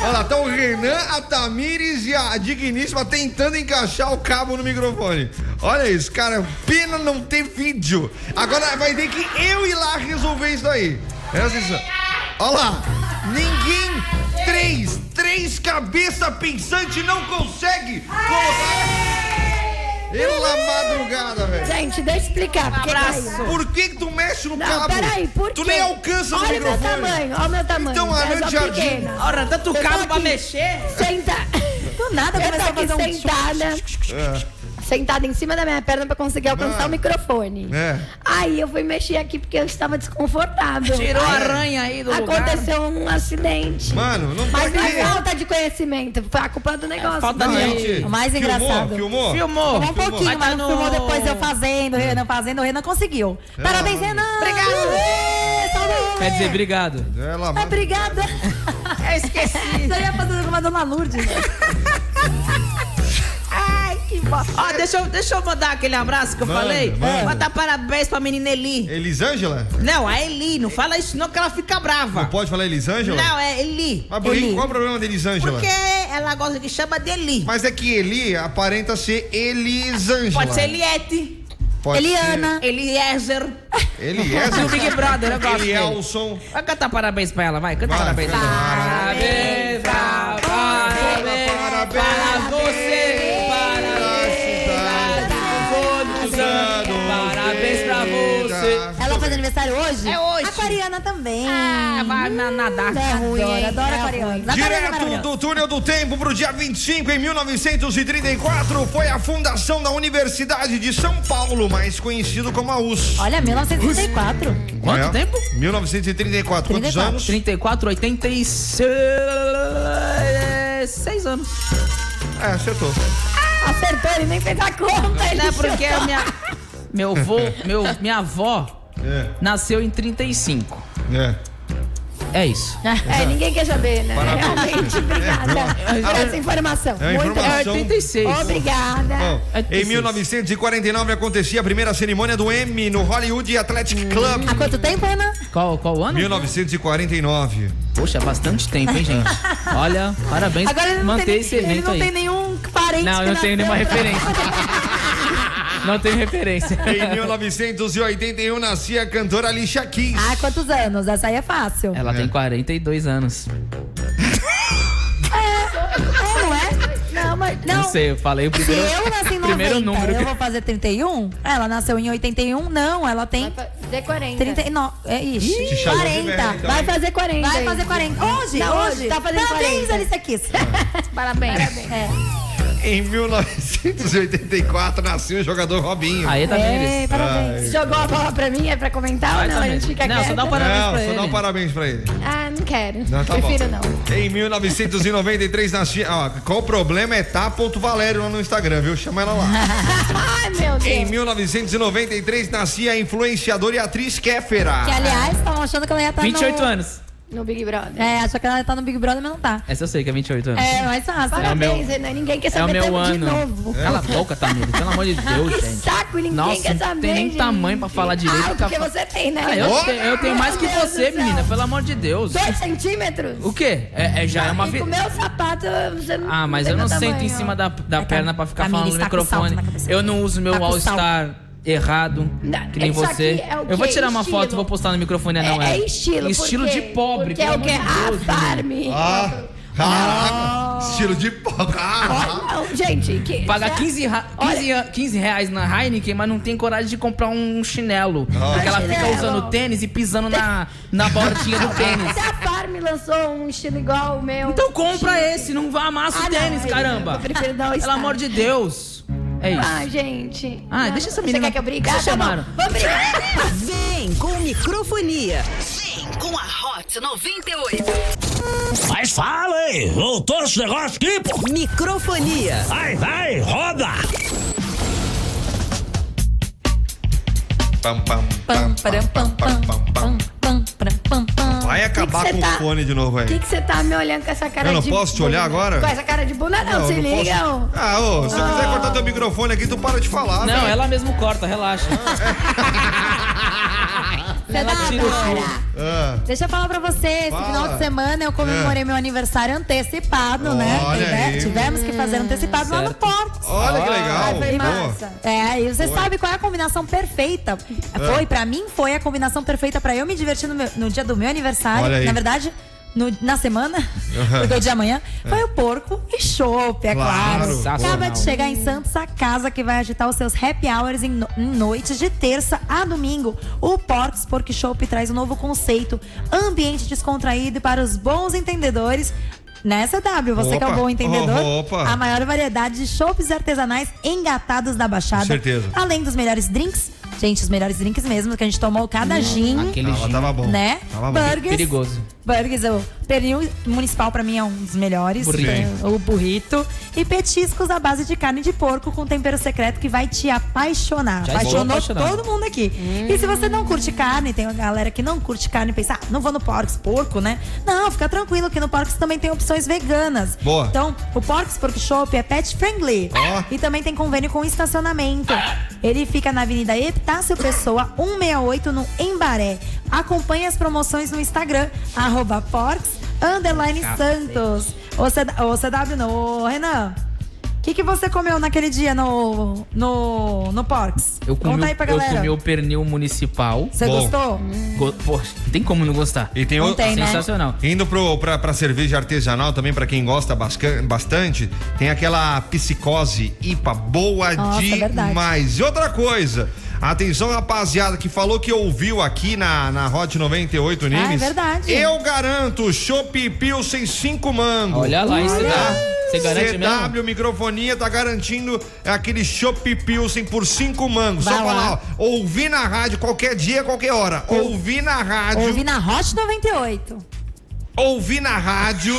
Speaker 6: Olha lá, tá o Renan, a Tamires e a Digníssima tentando encaixar o cabo no microfone. Olha isso, cara, pena não ter vídeo. Agora vai ter que eu ir lá resolver isso aí. Presta atenção. Olha lá, ninguém. Três, três cabeça pensante não consegue colocar. Pela madrugada, velho.
Speaker 9: Gente, deixa eu explicar. Porque caiu.
Speaker 6: Por que, que tu mexe no
Speaker 9: Não,
Speaker 6: cabo?
Speaker 9: peraí, por quê?
Speaker 6: Tu nem alcança o
Speaker 9: Olha o meu
Speaker 6: microfone.
Speaker 9: tamanho, olha o meu tamanho.
Speaker 6: Então,
Speaker 9: Eu
Speaker 6: Arante
Speaker 9: sou
Speaker 6: Jardim.
Speaker 9: pequena.
Speaker 8: Ora, tanto
Speaker 9: Eu tô
Speaker 6: tá
Speaker 8: cabo pra
Speaker 9: aqui.
Speaker 8: mexer.
Speaker 9: Senta.
Speaker 7: Do nada
Speaker 9: Eu tô
Speaker 7: começou a
Speaker 9: aqui
Speaker 7: fazer um
Speaker 9: sentada.
Speaker 6: É.
Speaker 9: Sentada em cima da minha perna pra conseguir alcançar
Speaker 6: Ah.
Speaker 9: o microfone.
Speaker 6: É.
Speaker 9: Aí eu fui mexer aqui porque eu estava desconfortável.
Speaker 8: Tirou a
Speaker 9: Aí
Speaker 8: aranha aí do lugar.
Speaker 9: Aconteceu um acidente.
Speaker 6: Mano, não
Speaker 9: Mas
Speaker 6: pode
Speaker 9: não é
Speaker 6: ter.
Speaker 9: falta de conhecimento, foi a culpa do negócio.
Speaker 8: falta de-
Speaker 7: O mais
Speaker 6: filmou,
Speaker 7: engraçado.
Speaker 6: Filmou?
Speaker 8: Filmou.
Speaker 7: Tomou um
Speaker 6: filmou.
Speaker 7: pouquinho,
Speaker 8: Mas
Speaker 7: mas,
Speaker 8: tá
Speaker 7: não filmou
Speaker 8: no-
Speaker 7: depois eu
Speaker 6: Hum.
Speaker 7: fazendo, o Renan fazendo, o Renan conseguiu. Parabéns,
Speaker 6: mano.
Speaker 7: Renan! Obrigado! Uhê,
Speaker 8: Quer dizer, obrigado.
Speaker 6: É Ela,
Speaker 7: é Obrigada! Eu esqueci. Você ia fazer com a dona Lourdes.
Speaker 12: Ai, que bo... Ó, deixa eu, deixa eu mandar aquele abraço que eu
Speaker 6: Manda,
Speaker 12: falei.
Speaker 6: manda.
Speaker 12: Mandar parabéns pra menina Eli.
Speaker 6: Elisângela?
Speaker 12: Não, a Eli, não fala isso não que ela fica brava.
Speaker 6: Não pode falar Elisângela?
Speaker 12: Não, é Eli.
Speaker 6: Mas por que-
Speaker 12: Eli.
Speaker 6: qual o problema da Elisângela?
Speaker 12: Porque ela gosta que chama de Eli.
Speaker 6: Mas é que Eli aparenta ser Elisângela.
Speaker 12: Pode ser Eliette.
Speaker 6: Pode
Speaker 12: Eliana. Eliezer.
Speaker 6: ser Eliezer.
Speaker 12: [laughs] Do Big Brother, eu gosto dele.
Speaker 6: Elielson.
Speaker 12: Vai cantar parabéns pra ela, vai. Canta parabéns. Parabéns, parabéns, para você,
Speaker 7: para
Speaker 12: todos anos. Parabéns pra você. tá
Speaker 7: Ela faz aniversário hoje? É hoje. Aquariana também. Ah, vai nadar. É ruim, tá
Speaker 12: hein?
Speaker 7: Adoro, adoro
Speaker 12: É
Speaker 7: aquariana.
Speaker 6: Direto do túnel do tempo pro dia 25 em 1934 foi a fundação da Universidade de São Paulo, mais conhecido como a USP.
Speaker 7: Olha, 1934.
Speaker 6: Quanto tempo? 1934. Quantos anos?
Speaker 8: 34, 86 seis anos.
Speaker 6: É, acertou.
Speaker 7: Acertou, ele nem fez a conta.
Speaker 12: ele
Speaker 8: Não, porque
Speaker 12: chutou.
Speaker 8: a minha, meu avô, meu, minha avó
Speaker 12: É.
Speaker 8: nasceu em 35. É. É isso.
Speaker 9: É, ninguém quer saber, né?
Speaker 8: Parabéns.
Speaker 9: Realmente, obrigada por essa informação.
Speaker 6: É uma
Speaker 9: Muito-
Speaker 6: informação.
Speaker 9: Obrigada.
Speaker 6: Bom, em 1949 acontecia a primeira cerimônia do Emmy no Hollywood Athletic Club.
Speaker 7: Há quanto tempo, Ana?
Speaker 8: Qual, qual ano?
Speaker 6: 1949.
Speaker 8: Poxa, bastante tempo, hein, gente? Olha, parabéns por
Speaker 7: Agora ele não,
Speaker 8: manter
Speaker 7: tem,
Speaker 8: esse
Speaker 7: nem- ele
Speaker 8: evento
Speaker 7: não
Speaker 8: aí.
Speaker 7: tem nenhum parente
Speaker 8: Não,
Speaker 7: que
Speaker 8: eu não tenho
Speaker 7: nasceu.
Speaker 8: nenhuma referência.
Speaker 7: [laughs]
Speaker 8: Não tem referência.
Speaker 6: Em 1981 nascia a cantora Alicia Keys.
Speaker 7: Ah, quantos anos? Essa aí é fácil.
Speaker 8: Ela tem 42 anos.
Speaker 7: É, não é? Não, mas. Não.
Speaker 8: Não, sei, eu falei o
Speaker 7: Se
Speaker 8: primeiro,
Speaker 7: eu nasci em 90,
Speaker 8: [laughs] primeiro número.
Speaker 7: eu vou fazer 31? Ela nasceu em 81? Não, ela tem...
Speaker 9: De 40.
Speaker 7: 39. É, ixi.
Speaker 9: Ih, chamou
Speaker 7: 40.
Speaker 9: de velha, então. Vai fazer 40
Speaker 7: Vai
Speaker 9: ainda.
Speaker 7: fazer 40. Hoje?
Speaker 9: Não,
Speaker 7: hoje?
Speaker 9: hoje, tá fazendo
Speaker 7: Parabéns,
Speaker 9: 40.
Speaker 7: Alice Kiss.
Speaker 8: É, tá
Speaker 9: Parabéns.
Speaker 6: Em 1984 nasceu o jogador Robinho.
Speaker 8: Aí tá
Speaker 9: É, parabéns. Jogou a bola pra mim? É pra comentar ou
Speaker 6: Vai
Speaker 8: tá
Speaker 9: não? A
Speaker 6: também.
Speaker 9: gente fica
Speaker 6: Não, só dá um
Speaker 9: quieta.
Speaker 6: parabéns Não, pra só ele. dá um parabéns pra ele.
Speaker 9: Ah, não quero.
Speaker 6: Não, tá bom.
Speaker 9: Prefiro não.
Speaker 6: Em 1993 nascia. Ó, qual o problema é tá. ponto Valério lá no Instagram, viu? Chama ela lá. [laughs]
Speaker 9: Ai, meu Deus.
Speaker 6: Em 1993 nascia a influenciadora e atriz
Speaker 8: Ah.
Speaker 6: Kéfera.
Speaker 7: Que, aliás, estavam achando que ela ia estar
Speaker 8: 28
Speaker 7: no...
Speaker 8: anos.
Speaker 9: Tá No Big Brother.
Speaker 7: É, achou que ela ia estar no Big Brother, mas não tá.
Speaker 8: Essa eu sei que é 28 anos.
Speaker 7: É, mais fácil.
Speaker 8: É o meu-
Speaker 9: Renan, ninguém quer
Speaker 8: É o
Speaker 9: saber
Speaker 8: meu
Speaker 9: tanto
Speaker 8: ano.
Speaker 9: de novo.
Speaker 8: Cala a boca, Tamires. Pelo
Speaker 9: [laughs]
Speaker 8: amor de Deus,
Speaker 9: Que
Speaker 8: gente.
Speaker 9: saco, ninguém
Speaker 8: Nossa,
Speaker 9: quer
Speaker 8: não
Speaker 9: saber.
Speaker 8: tem nem
Speaker 9: gente.
Speaker 8: tamanho pra falar direito.
Speaker 9: Ah,
Speaker 8: Tá
Speaker 9: porque
Speaker 8: fa-
Speaker 9: você tem, né?
Speaker 8: Ah, eu, te- eu tenho mais que
Speaker 9: Meu Deus
Speaker 8: você,
Speaker 9: do céu.
Speaker 8: menina. Pelo amor de Deus.
Speaker 9: Dois centímetros?
Speaker 8: O quê? É, é- já é uma
Speaker 9: E
Speaker 8: vida.
Speaker 9: com meu sapato, você não
Speaker 8: Ah, mas
Speaker 9: tem
Speaker 8: eu não
Speaker 9: meu
Speaker 8: sento
Speaker 9: tamanho.
Speaker 8: em cima da, da perna pra ficar falando
Speaker 9: Camila
Speaker 8: no
Speaker 9: está com salto
Speaker 8: microfone.
Speaker 9: na cabeça.
Speaker 8: Eu não uso meu
Speaker 9: Tá com
Speaker 8: All-Star errado, que nem
Speaker 9: isso aqui
Speaker 8: você.
Speaker 9: é o
Speaker 8: eu vou
Speaker 9: quê?
Speaker 8: tirar uma
Speaker 9: Estilo.
Speaker 8: foto e vou postar no microfone, não
Speaker 9: É, é estilo. por
Speaker 8: Estilo
Speaker 9: quê?
Speaker 8: de pobre.
Speaker 9: Porque é
Speaker 8: pelo
Speaker 9: o que?
Speaker 8: amor de Deus,
Speaker 9: Ah, farm.
Speaker 6: Ah, caraca. Estilo de pobre. Ah,
Speaker 9: Não, gente, que.
Speaker 8: Pagar
Speaker 9: já-
Speaker 8: 15, ra- 15 a- 15 reais na Heineken, mas não tem coragem de comprar um chinelo. Porque ela fica
Speaker 9: Um Chinelo.
Speaker 8: usando tênis e pisando na, na bordinha do tênis.
Speaker 9: [laughs] Até a Farm lançou um estilo igual o meu.
Speaker 8: Então compra esse, não vá amassa o
Speaker 9: Ah, não,
Speaker 8: tênis,
Speaker 9: eu-
Speaker 8: caramba.
Speaker 9: eu prefiro dar um o
Speaker 8: [laughs] Pelo
Speaker 9: Star.
Speaker 8: amor de Deus. É isso.
Speaker 9: Ah, gente.
Speaker 8: Ah, deixa essa menina-
Speaker 9: Você quer que eu brigue?
Speaker 8: Vocês
Speaker 9: Ah, tá bom.
Speaker 8: chamaram.
Speaker 9: Vamos brigar.
Speaker 4: Vem com microfonia.
Speaker 5: Vem com a Hot 98.
Speaker 1: Mas fala, hein? Voltou esse negócio aqui, pô!
Speaker 4: Microfonia.
Speaker 1: Vai, vai, roda!
Speaker 6: Pam, pam, pam,
Speaker 7: Pam, param, pam, pam,
Speaker 6: pam, pam.
Speaker 7: pam, param, pam, pam.
Speaker 6: Vai acabar
Speaker 9: que
Speaker 6: com
Speaker 9: cê tá-
Speaker 6: o fone de novo
Speaker 9: Por que
Speaker 6: aí.
Speaker 9: que você tá me olhando com essa cara
Speaker 6: Eu não
Speaker 9: de
Speaker 6: posso te
Speaker 9: bunda?
Speaker 6: olhar agora?
Speaker 9: Com essa cara de bunda, não,
Speaker 6: Não,
Speaker 9: se
Speaker 6: eu não
Speaker 9: ligam.
Speaker 6: posso- Ah, ô, se eu quiser cortar teu microfone aqui, tu para de falar. né?
Speaker 8: Não,
Speaker 6: velho.
Speaker 8: ela mesmo corta, relaxa. ela tira o som.
Speaker 6: Ah.
Speaker 7: tá Deixa eu falar pra você, esse
Speaker 6: Fala. É.
Speaker 7: final de semana eu comemorei meu aniversário antecipado, né?
Speaker 6: Olha
Speaker 7: Tive-
Speaker 6: aí.
Speaker 7: Tivemos que fazer antecipado lá no Porto.
Speaker 6: Olha que legal.
Speaker 7: E-
Speaker 6: Boa.
Speaker 7: É, e você
Speaker 6: Foi.
Speaker 7: sabe qual é a combinação perfeita?
Speaker 13: É.
Speaker 7: Foi, pra mim, foi a combinação perfeita pra eu me divertir no, meu- no dia do meu aniversário.
Speaker 13: Olha aí.
Speaker 7: Na verdade, no- na semana, porque o dia amanhã, foi o porco e chopp, é
Speaker 13: É. Claro,
Speaker 7: claro.
Speaker 13: porco.
Speaker 7: Acaba de chegar em Santos a casa que vai agitar os seus happy hours em, no- em noites de terça a domingo. O Porcos Pork Shop traz um novo conceito, ambiente descontraído e para os bons entendedores. Nessa W, você que é
Speaker 13: Opa.
Speaker 7: um bom entendedor,
Speaker 13: Opa.
Speaker 7: a maior variedade de chopes artesanais engatados da Baixada.
Speaker 13: Com certeza.
Speaker 7: Além dos melhores drinks. Gente, os melhores drinks mesmo, que a gente tomou cada gin.
Speaker 6: tá
Speaker 12: é
Speaker 8: Aquele
Speaker 7: Né?
Speaker 12: Tá
Speaker 8: Tava bom.
Speaker 7: Burgers.
Speaker 8: Perigoso.
Speaker 7: Burgers, o pernil municipal pra mim é um dos melhores.
Speaker 12: Burrito.
Speaker 7: Tem O burrito. E petiscos à base de carne de porco com tempero secreto que vai te apaixonar.
Speaker 12: Já estou
Speaker 7: Apaixonou
Speaker 12: apaixonado. Hum.
Speaker 7: todo mundo aqui. E se você não curte carne, tem uma galera que não curte carne e pensa, ah, não vou no Porcos, porco, né? Não, fica tranquilo que no Porcos também tem opções veganas.
Speaker 12: Boa.
Speaker 7: Então, o Porcos Pork Shop é pet friendly. E também tem convênio com estacionamento. Ele fica na Avenida Epitácio Pessoa, 168, no Embaré. Acompanhe as promoções no Instagram, arroba Porcos, underline
Speaker 12: Cacete.
Speaker 7: Santos. Ô, CW, ô, CW não, ô, Renan. O que, que você comeu naquele dia no, no, no Porcs?
Speaker 8: Eu comi,
Speaker 7: Conta
Speaker 8: o-
Speaker 7: aí pra
Speaker 8: eu
Speaker 7: galera.
Speaker 8: comi o Hum. pernil municipal.
Speaker 7: Você Bom. gostou?
Speaker 8: Go- Pô, não tem como não gostar.
Speaker 6: E tem
Speaker 8: Não
Speaker 6: outro
Speaker 8: tem, né? Sensacional.
Speaker 6: Indo pro, pra, pra cerveja artesanal também, pra quem gosta basca- bastante, tem aquela psicose IPA boa
Speaker 12: Nossa, é verdade.
Speaker 6: demais. E outra coisa, atenção rapaziada que falou que ouviu aqui na, na Hot 98 Nimes.
Speaker 12: Ah, é verdade.
Speaker 6: Eu garanto, Chopp Pilsen 5 mando.
Speaker 8: Olha lá, isso dá. Você garante
Speaker 6: CW
Speaker 8: mesmo?
Speaker 6: Microfonia tá garantindo aquele Chopp Pilsen por 5 mangos. Só
Speaker 7: Vai lá.
Speaker 6: falar, ó, ouvir na rádio qualquer dia, qualquer hora. Ouvir na rádio.
Speaker 7: Ouvi na Hot 98.
Speaker 6: ouvir na rádio,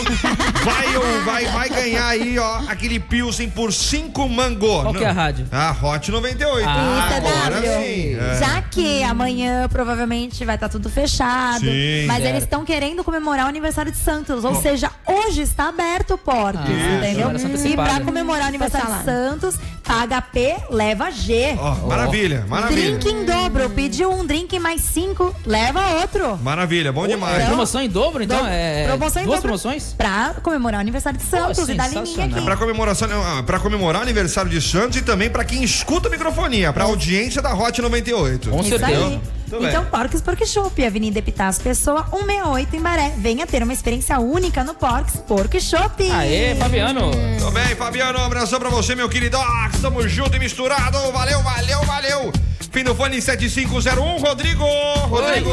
Speaker 6: vai, ou- vai, vai ganhar aí, ó, aquele Pilsen por 5 mangô.
Speaker 8: Qual que é a rádio?
Speaker 6: A Hot 98.
Speaker 7: Ah,
Speaker 6: agora
Speaker 7: CW.
Speaker 6: sim. é.
Speaker 7: Já que amanhã provavelmente vai estar tudo fechado.
Speaker 6: Sim. é.
Speaker 7: mas
Speaker 6: Certo.
Speaker 7: eles estão querendo comemorar o aniversário de Santos. Ou seja, hoje está aberto o Porques,
Speaker 6: Ah, isso. é
Speaker 7: entendeu?
Speaker 6: Comemoração
Speaker 7: E
Speaker 6: antecipada.
Speaker 7: pra comemorar o aniversário de Santos, paga P, leva G.
Speaker 6: Ó, maravilha, maravilha.
Speaker 7: Drink em dobro. Pediu um drink mais cinco, leva outro.
Speaker 6: Maravilha, bom demais.
Speaker 7: Então-
Speaker 8: É Promoção em dobro, então?
Speaker 7: Do-
Speaker 8: É,
Speaker 7: promoção em
Speaker 8: duas
Speaker 7: dobro
Speaker 8: promoções?
Speaker 7: Pra comemorar o aniversário de Santos e da Lininha aqui.
Speaker 6: É pra, comemoração, ah, pra comemorar o aniversário de Santos e também pra quem escuta a microfonia, pra audiência da Hot 98.
Speaker 7: Com Isso certeza. aí.
Speaker 6: Muito bem.
Speaker 7: Então, Porques Pork Shop, Avenida Epitácio Pessoa, 168 em Baré. Venha ter uma experiência única no Porques Pork Shop.
Speaker 6: Tudo bem, Fabiano, um abração pra você, meu querido. Ah, estamos junto e misturado. Valeu, valeu, valeu. Fim do fone 7501, Rodrigo. Rodrigo,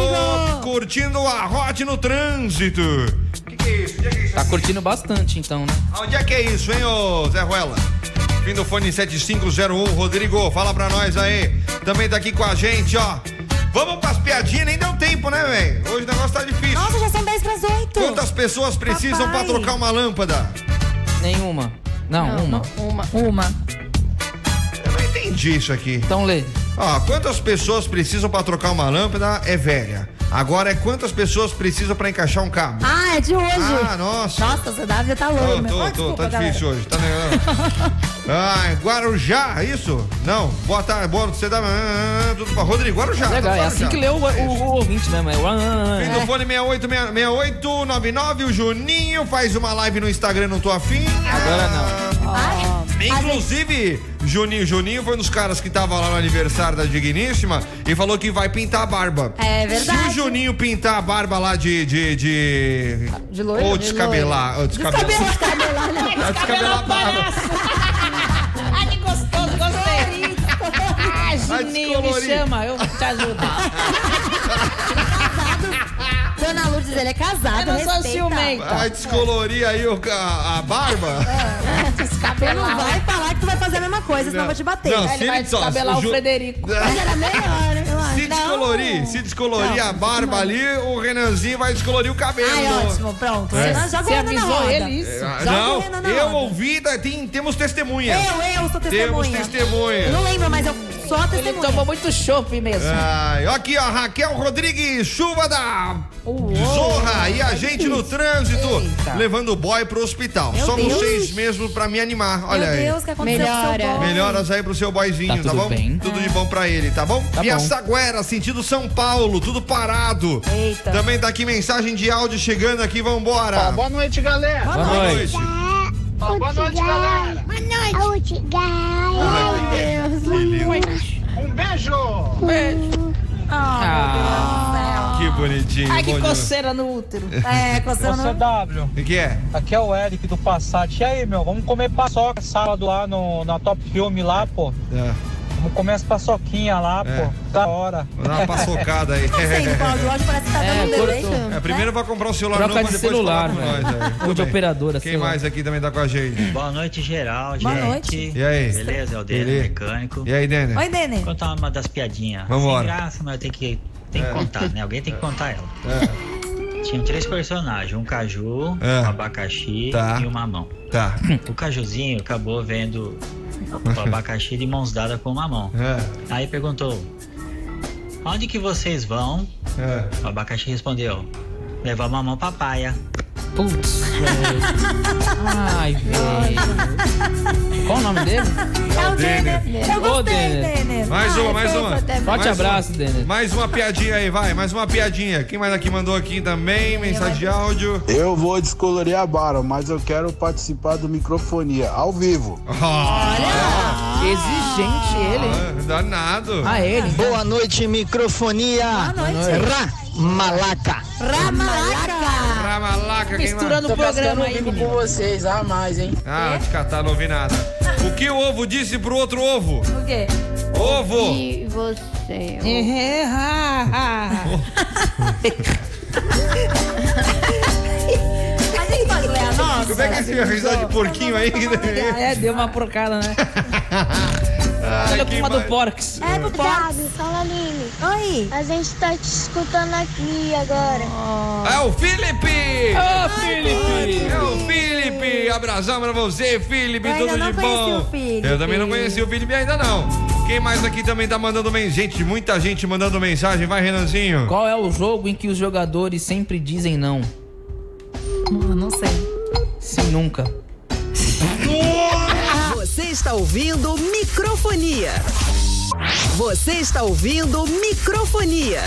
Speaker 6: curtindo a Hot no trânsito.
Speaker 8: Tá curtindo bastante, então, né?
Speaker 6: Onde é que é isso, hein, ô Zé Ruela? Fim do fone 7501, Rodrigo, fala pra nós aí. Também tá aqui com a gente, ó. Vamos pras piadinhas, nem deu tempo, né, velho? Hoje o negócio tá difícil.
Speaker 7: Nossa, já são 10 pras 8.
Speaker 6: Quantas pessoas precisam
Speaker 7: Papai.
Speaker 6: pra trocar uma lâmpada?
Speaker 8: Nenhuma. Não, uma.
Speaker 7: Uma. Uma.
Speaker 6: Entendi isso aqui.
Speaker 8: Então lê.
Speaker 6: Ó, quantas pessoas precisam pra trocar uma lâmpada é velha. Agora é quantas pessoas precisam pra encaixar um cabo?
Speaker 7: Ah, é de hoje.
Speaker 6: Ah, nossa.
Speaker 7: Nossa, você deve tá louco,
Speaker 6: Tô,
Speaker 7: meu.
Speaker 6: tô,
Speaker 7: Ah,
Speaker 6: tô,
Speaker 7: desculpa,
Speaker 6: tá difícil hoje.
Speaker 8: [laughs]
Speaker 6: Tá negando. Ah, Guarujá, isso? Não, boa tarde, boa, você dá ah, tudo pra Rodrigo, Guarujá.
Speaker 8: Legal,
Speaker 13: Tá
Speaker 8: é assim que lê o,
Speaker 13: então.
Speaker 8: o, o ouvinte mesmo. É.
Speaker 6: Fim do fone 686899, o Juninho faz uma live no Instagram, não tô afim. Agora não. Inclusive, Juninho, Juninho foi um dos caras que tava lá no aniversário da Digníssima e falou que vai pintar a barba.
Speaker 12: É verdade.
Speaker 6: Se o Juninho pintar a barba lá de. de. de.
Speaker 12: De loiro?
Speaker 6: Ou
Speaker 12: De
Speaker 6: descabelar.
Speaker 12: loiro.
Speaker 6: Ou descabelar.
Speaker 12: Descabelar, não.
Speaker 6: Descabelar
Speaker 12: palhaço. Ai, que gostoso, gostei. Ah, Juninho, me
Speaker 8: descolorido.
Speaker 12: chama, eu te ajudo.
Speaker 7: Dona Lourdes, ele é casado,
Speaker 12: Eu não sou
Speaker 7: respeita.
Speaker 12: ciumenta.
Speaker 6: Vai descolorir aí o ca- a, a barba?
Speaker 7: Você não vai falar que tu vai fazer a mesma coisa, senão eu vou te
Speaker 12: É.
Speaker 7: bater.
Speaker 6: Não, se ele- só- o Ju- [laughs]
Speaker 7: Mas era melhor, eu acho.
Speaker 6: Se descolorir, se descolorir
Speaker 7: Não,
Speaker 6: a barba
Speaker 7: não.
Speaker 6: ali, o Renanzinho vai descolorir o cabelo.
Speaker 7: Ai, ótimo, pronto.
Speaker 6: [laughs] É.
Speaker 7: Renan, joga o
Speaker 12: Você
Speaker 7: Renan tá na
Speaker 12: avisou
Speaker 7: roda.
Speaker 12: ele isso?
Speaker 6: Ah,
Speaker 12: Joga
Speaker 6: não,
Speaker 12: o Renan na
Speaker 6: eu
Speaker 12: roda.
Speaker 6: ouvi, tá, tem, temos testemunha.
Speaker 12: Eu, eu sou testemunha.
Speaker 6: Temos testemunha.
Speaker 12: Eu não lembro,
Speaker 7: mas eu sou a
Speaker 12: testemunha. Ele tomou muito chope mesmo.
Speaker 6: Ai, ó aqui, ó, Raquel Rodrigues, chuva da Zorra e a gente no trânsito, levando o boy pro hospital.
Speaker 12: Meu
Speaker 6: Só
Speaker 12: Deus.
Speaker 6: vocês mesmo pra me animar. Olha aí.
Speaker 12: Deus, o que aconteceu com seu Melhora. boy?
Speaker 6: Melhoras aí pro seu boyzinho, tá,
Speaker 12: Tá tudo
Speaker 6: bom?
Speaker 12: bem.
Speaker 6: Tudo de bom pra ele, tá bom?
Speaker 12: Tá
Speaker 6: e a
Speaker 12: bom.
Speaker 6: Saguera, sentido São Paulo, tudo parado.
Speaker 12: Eita.
Speaker 6: Também tá aqui mensagem de áudio chegando aqui, vambora.
Speaker 10: Tá
Speaker 12: Ó, boa
Speaker 6: noite, galera. É, Boa,
Speaker 12: Boa
Speaker 6: noite.
Speaker 12: Boa noite, galera. Boa noite. Ai, meu Deus. Um beijo. Um beijo.
Speaker 8: Ah.
Speaker 6: Que bonitinho.
Speaker 12: Ai, que
Speaker 6: bom demais.
Speaker 12: coceira no útero.
Speaker 7: É,
Speaker 13: Ô, CW.
Speaker 6: O que, que é?
Speaker 13: Aqui é o Eric do Passat. E aí, meu, vamos comer paçoca sábado lá no, na Top Filme lá, pô. Vamos comer as paçoquinhas lá,
Speaker 6: É.
Speaker 13: pô. Da hora.
Speaker 6: Dá uma paçocada aí.
Speaker 7: Hoje parece que tá
Speaker 13: É,
Speaker 7: dando direito.
Speaker 13: cortou.
Speaker 6: É, primeiro vai comprar o celular
Speaker 8: Troca
Speaker 6: novo,
Speaker 8: de
Speaker 6: depois
Speaker 8: celular, né?
Speaker 6: fala com
Speaker 8: velho.
Speaker 6: nós, aí.
Speaker 8: Ou de operadora,
Speaker 6: Quem
Speaker 8: sei lá.
Speaker 6: mais aqui também tá com a gente? Boa noite, geral,
Speaker 14: Boa gente.
Speaker 6: noite. E aí?
Speaker 14: Beleza, é o Denner,
Speaker 6: Beleza.
Speaker 14: mecânico.
Speaker 6: E aí, Denner?
Speaker 7: Oi, Dene.
Speaker 14: Contar uma das piadinhas.
Speaker 6: Vambora. É.
Speaker 14: Sem graça, mas tem que, tem que contar, né? Alguém tem que contar ela. tinha três personagens: um caju,
Speaker 6: É.
Speaker 14: um abacaxi
Speaker 6: Tá.
Speaker 14: e um mamão.
Speaker 6: Tá.
Speaker 14: O cajuzinho acabou vendo
Speaker 6: [laughs]
Speaker 14: o abacaxi de mãos dadas com o mamão.
Speaker 6: É,
Speaker 14: Aí perguntou: Onde que vocês vão? O
Speaker 6: é.
Speaker 14: abacaxi respondeu: Levar mamão papaya.
Speaker 8: Putz. Ai, velho. Qual o nome dele?
Speaker 7: É o Ah, é Denner. Eu
Speaker 8: Ô,
Speaker 7: gostei, Denner.
Speaker 6: Mais
Speaker 7: Vai,
Speaker 6: uma, mais
Speaker 7: feito
Speaker 6: uma.
Speaker 7: até
Speaker 6: Mais um.
Speaker 7: mais.
Speaker 6: uma.
Speaker 8: Denner.
Speaker 6: Mais uma piadinha aí, vai. Mais uma piadinha. Quem mais aqui mandou aqui também? Mensagem de áudio.
Speaker 15: Eu vou descolorir a barra, mas eu quero participar do microfonia ao vivo.
Speaker 6: Ah.
Speaker 8: Exigente ele,
Speaker 6: hein? Danado.
Speaker 8: Ah, ele.
Speaker 16: Boa noite, microfonia. Boa
Speaker 6: noite.
Speaker 16: Malaca.
Speaker 7: Ramalaca.
Speaker 6: Ramalaca, quem
Speaker 16: Misturando o
Speaker 6: manda?
Speaker 16: programa aí, menino. com vocês, a mais, hein?
Speaker 6: Ah, vou te catar, não ouvi nada. O que o ovo disse pro outro ovo?
Speaker 7: O quê?
Speaker 6: Ovo.
Speaker 9: E você?
Speaker 8: É,
Speaker 12: É,
Speaker 6: [laughs]
Speaker 7: A gente pode ler a nossa?
Speaker 6: Como é que é esse risado de porquinho aí?
Speaker 8: É, deu uma porcada,
Speaker 6: [laughs]
Speaker 8: né?
Speaker 6: Ai,
Speaker 8: Olha
Speaker 6: quem
Speaker 8: como a do
Speaker 6: mais?
Speaker 8: Porcs.
Speaker 17: É do Fábio, fala Aline.
Speaker 7: Oi.
Speaker 17: A gente tá te escutando aqui agora.
Speaker 6: É o Felipe!
Speaker 17: Ô,
Speaker 6: Felipe! É o Felipe! Abração pra você, Felipe!
Speaker 17: Eu ainda
Speaker 6: Tudo
Speaker 17: não
Speaker 6: de
Speaker 17: conheci
Speaker 6: bom!
Speaker 17: o Felipe.
Speaker 6: Eu também não conheci o Felipe ainda não. Quem mais aqui também tá mandando mensagem? Gente, muita gente mandando mensagem. Vai, Renanzinho.
Speaker 8: Qual é o jogo em que os jogadores sempre dizem não?
Speaker 7: não sei.
Speaker 8: Sim, nunca.
Speaker 4: Você está ouvindo microfonia. Você está ouvindo microfonia.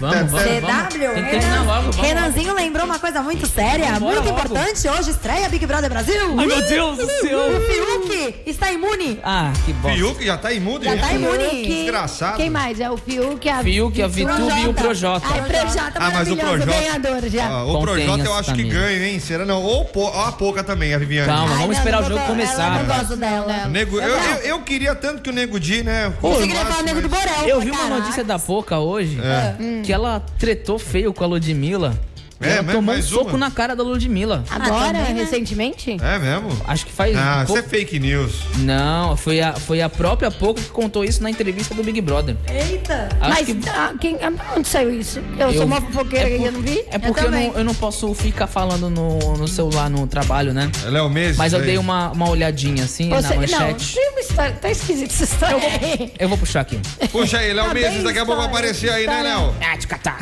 Speaker 6: Vamos,
Speaker 7: CW,
Speaker 8: Tem que terminar logo, vamos
Speaker 7: Renanzinho lembrou uma coisa muito séria,
Speaker 8: Vambora
Speaker 7: muito
Speaker 8: logo.
Speaker 7: importante. Hoje estreia Big Brother Brasil.
Speaker 8: Ai, meu Deus do céu.
Speaker 7: O Fiuk está imune.
Speaker 8: Ah, que bom.
Speaker 6: Fiuk já tá imune?
Speaker 7: Já tá imune.
Speaker 6: Desgraçado.
Speaker 9: Quem mais? É o Fiuk, a
Speaker 8: Fiuk, a Vitube e o Projota.
Speaker 9: Ai, Projota,
Speaker 6: Ah, mas o
Speaker 9: maravilhoso,
Speaker 6: Projota-
Speaker 9: ganhador já.
Speaker 6: Ah, o Projota eu acho que ganha, hein? Será não? Ou po- ó, a Pouca também, a Viviane.
Speaker 8: Calma, vamos esperar o jogo começar.
Speaker 7: dela.
Speaker 6: Nego, eu, eu, eu queria tanto que o Nego Di, né?
Speaker 8: Pô,
Speaker 6: formasse, mas-
Speaker 8: Eu vi uma notícia da Poca hoje
Speaker 6: É.
Speaker 8: que ela tretou feio com a Ludmilla.
Speaker 6: É,
Speaker 8: ela
Speaker 6: mesmo?
Speaker 8: tomou um
Speaker 6: Mais
Speaker 8: soco
Speaker 6: uma?
Speaker 8: na cara da Ludmilla.
Speaker 9: Agora,
Speaker 8: né?
Speaker 9: recentemente?
Speaker 6: É mesmo?
Speaker 8: Acho que faz.
Speaker 6: Ah,
Speaker 8: um
Speaker 6: isso é
Speaker 8: pouco-
Speaker 6: fake news.
Speaker 8: Não, foi a, foi a própria Poca que contou isso na entrevista do Big Brother.
Speaker 7: Eita!
Speaker 8: Acho
Speaker 9: Mas
Speaker 8: que-
Speaker 9: ah, quem, ah, onde saiu isso? Eu, sou uma
Speaker 8: é
Speaker 9: fofoqueira que eu
Speaker 8: por-
Speaker 9: não vi?
Speaker 8: É porque eu, não, eu não posso ficar falando no, no celular no trabalho, né?
Speaker 6: Ela é o mesmo.
Speaker 8: Mas eu
Speaker 6: é
Speaker 8: dei
Speaker 6: isso.
Speaker 8: uma, uma olhadinha assim na
Speaker 9: Você- não,
Speaker 8: manchete.
Speaker 9: tem uma história, tá esquisito essa história. aí.
Speaker 8: Eu vou puxar
Speaker 9: [laughs]
Speaker 8: aqui.
Speaker 6: Puxa aí, Léo
Speaker 9: Tá bem
Speaker 6: Mendes, daqui a pouco vai
Speaker 9: história,
Speaker 6: aparecer aí, né,
Speaker 9: história.
Speaker 6: Léo?
Speaker 8: Ah, te catar.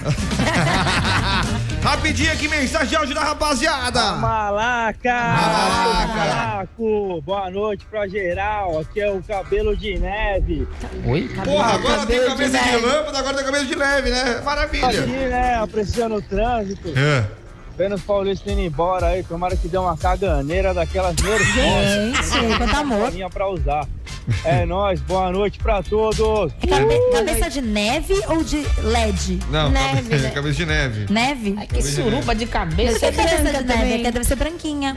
Speaker 6: Rapidinho aqui, mensagem de áudio da
Speaker 10: Tá
Speaker 6: rapaziada.
Speaker 18: Malaca! Malaco! Boa noite pra geral, aqui é o Cabelo de Neve.
Speaker 8: Oi?
Speaker 6: Porra, agora tem
Speaker 18: Cabelo de
Speaker 6: cabeça de
Speaker 18: neve.
Speaker 6: lâmpada, agora tem cabeça de leve, né?
Speaker 18: Aqui,
Speaker 6: Maravilha.
Speaker 18: né, apreciando o trânsito.
Speaker 6: É.
Speaker 18: Vendo os paulistas indo embora aí, tomara que dê uma caganeira daquelas
Speaker 7: Gente,
Speaker 18: nervosas.
Speaker 7: quanto amor.
Speaker 18: Carinha pra usar. É nóis, boa noite pra todos.
Speaker 7: É cabe- cabeça de neve ou de LED?
Speaker 6: Não,
Speaker 7: neve.
Speaker 6: cabe-
Speaker 7: né?
Speaker 6: cabeça de neve.
Speaker 7: Neve? Ai,
Speaker 6: que suruba
Speaker 8: de
Speaker 7: Não
Speaker 8: cabeça.
Speaker 7: é cabeça de
Speaker 9: branca
Speaker 7: neve,
Speaker 9: também.
Speaker 7: é que deve ser branquinha.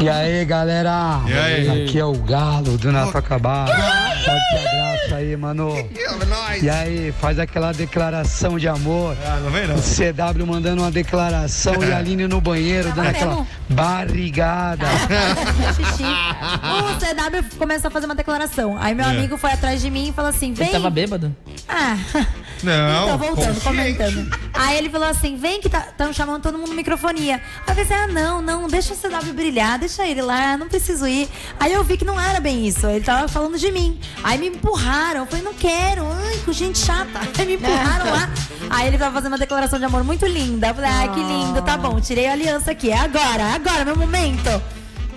Speaker 19: E aí, galera?
Speaker 6: E aí?
Speaker 19: Aqui é o Galo do Napacabá. Pode ter abraço é aí, mano. E aí, faz aquela declaração de amor.
Speaker 6: Ah, não vem não.
Speaker 19: O CW mandando uma declaração e a Aline no banheiro, dando aquela
Speaker 7: mesmo?
Speaker 19: barrigada.
Speaker 7: Tá [laughs] Xixi. O CW começou a fazer uma declaração. Aí meu
Speaker 19: É.
Speaker 7: amigo foi atrás de mim e falou assim: vem.
Speaker 8: Ele tava bêbado?
Speaker 7: Ah,
Speaker 6: Não.
Speaker 7: então voltando,
Speaker 6: consciente.
Speaker 7: comentando. Aí ele falou assim: vem que estão chamando todo mundo microfonia. Aí eu pensei: ah, não, não, deixa o CW brilhar, deixa ele lá, não preciso ir. Aí eu vi que não era bem isso, ele tava falando de mim. Aí me empurraram, eu falei: não quero, ai, que gente chata. [laughs] Aí me empurraram lá. Aí ele tava fazendo uma declaração de amor muito linda. Eu falei: ai, que lindo, tá bom, tirei a aliança aqui, é agora, é agora, meu momento.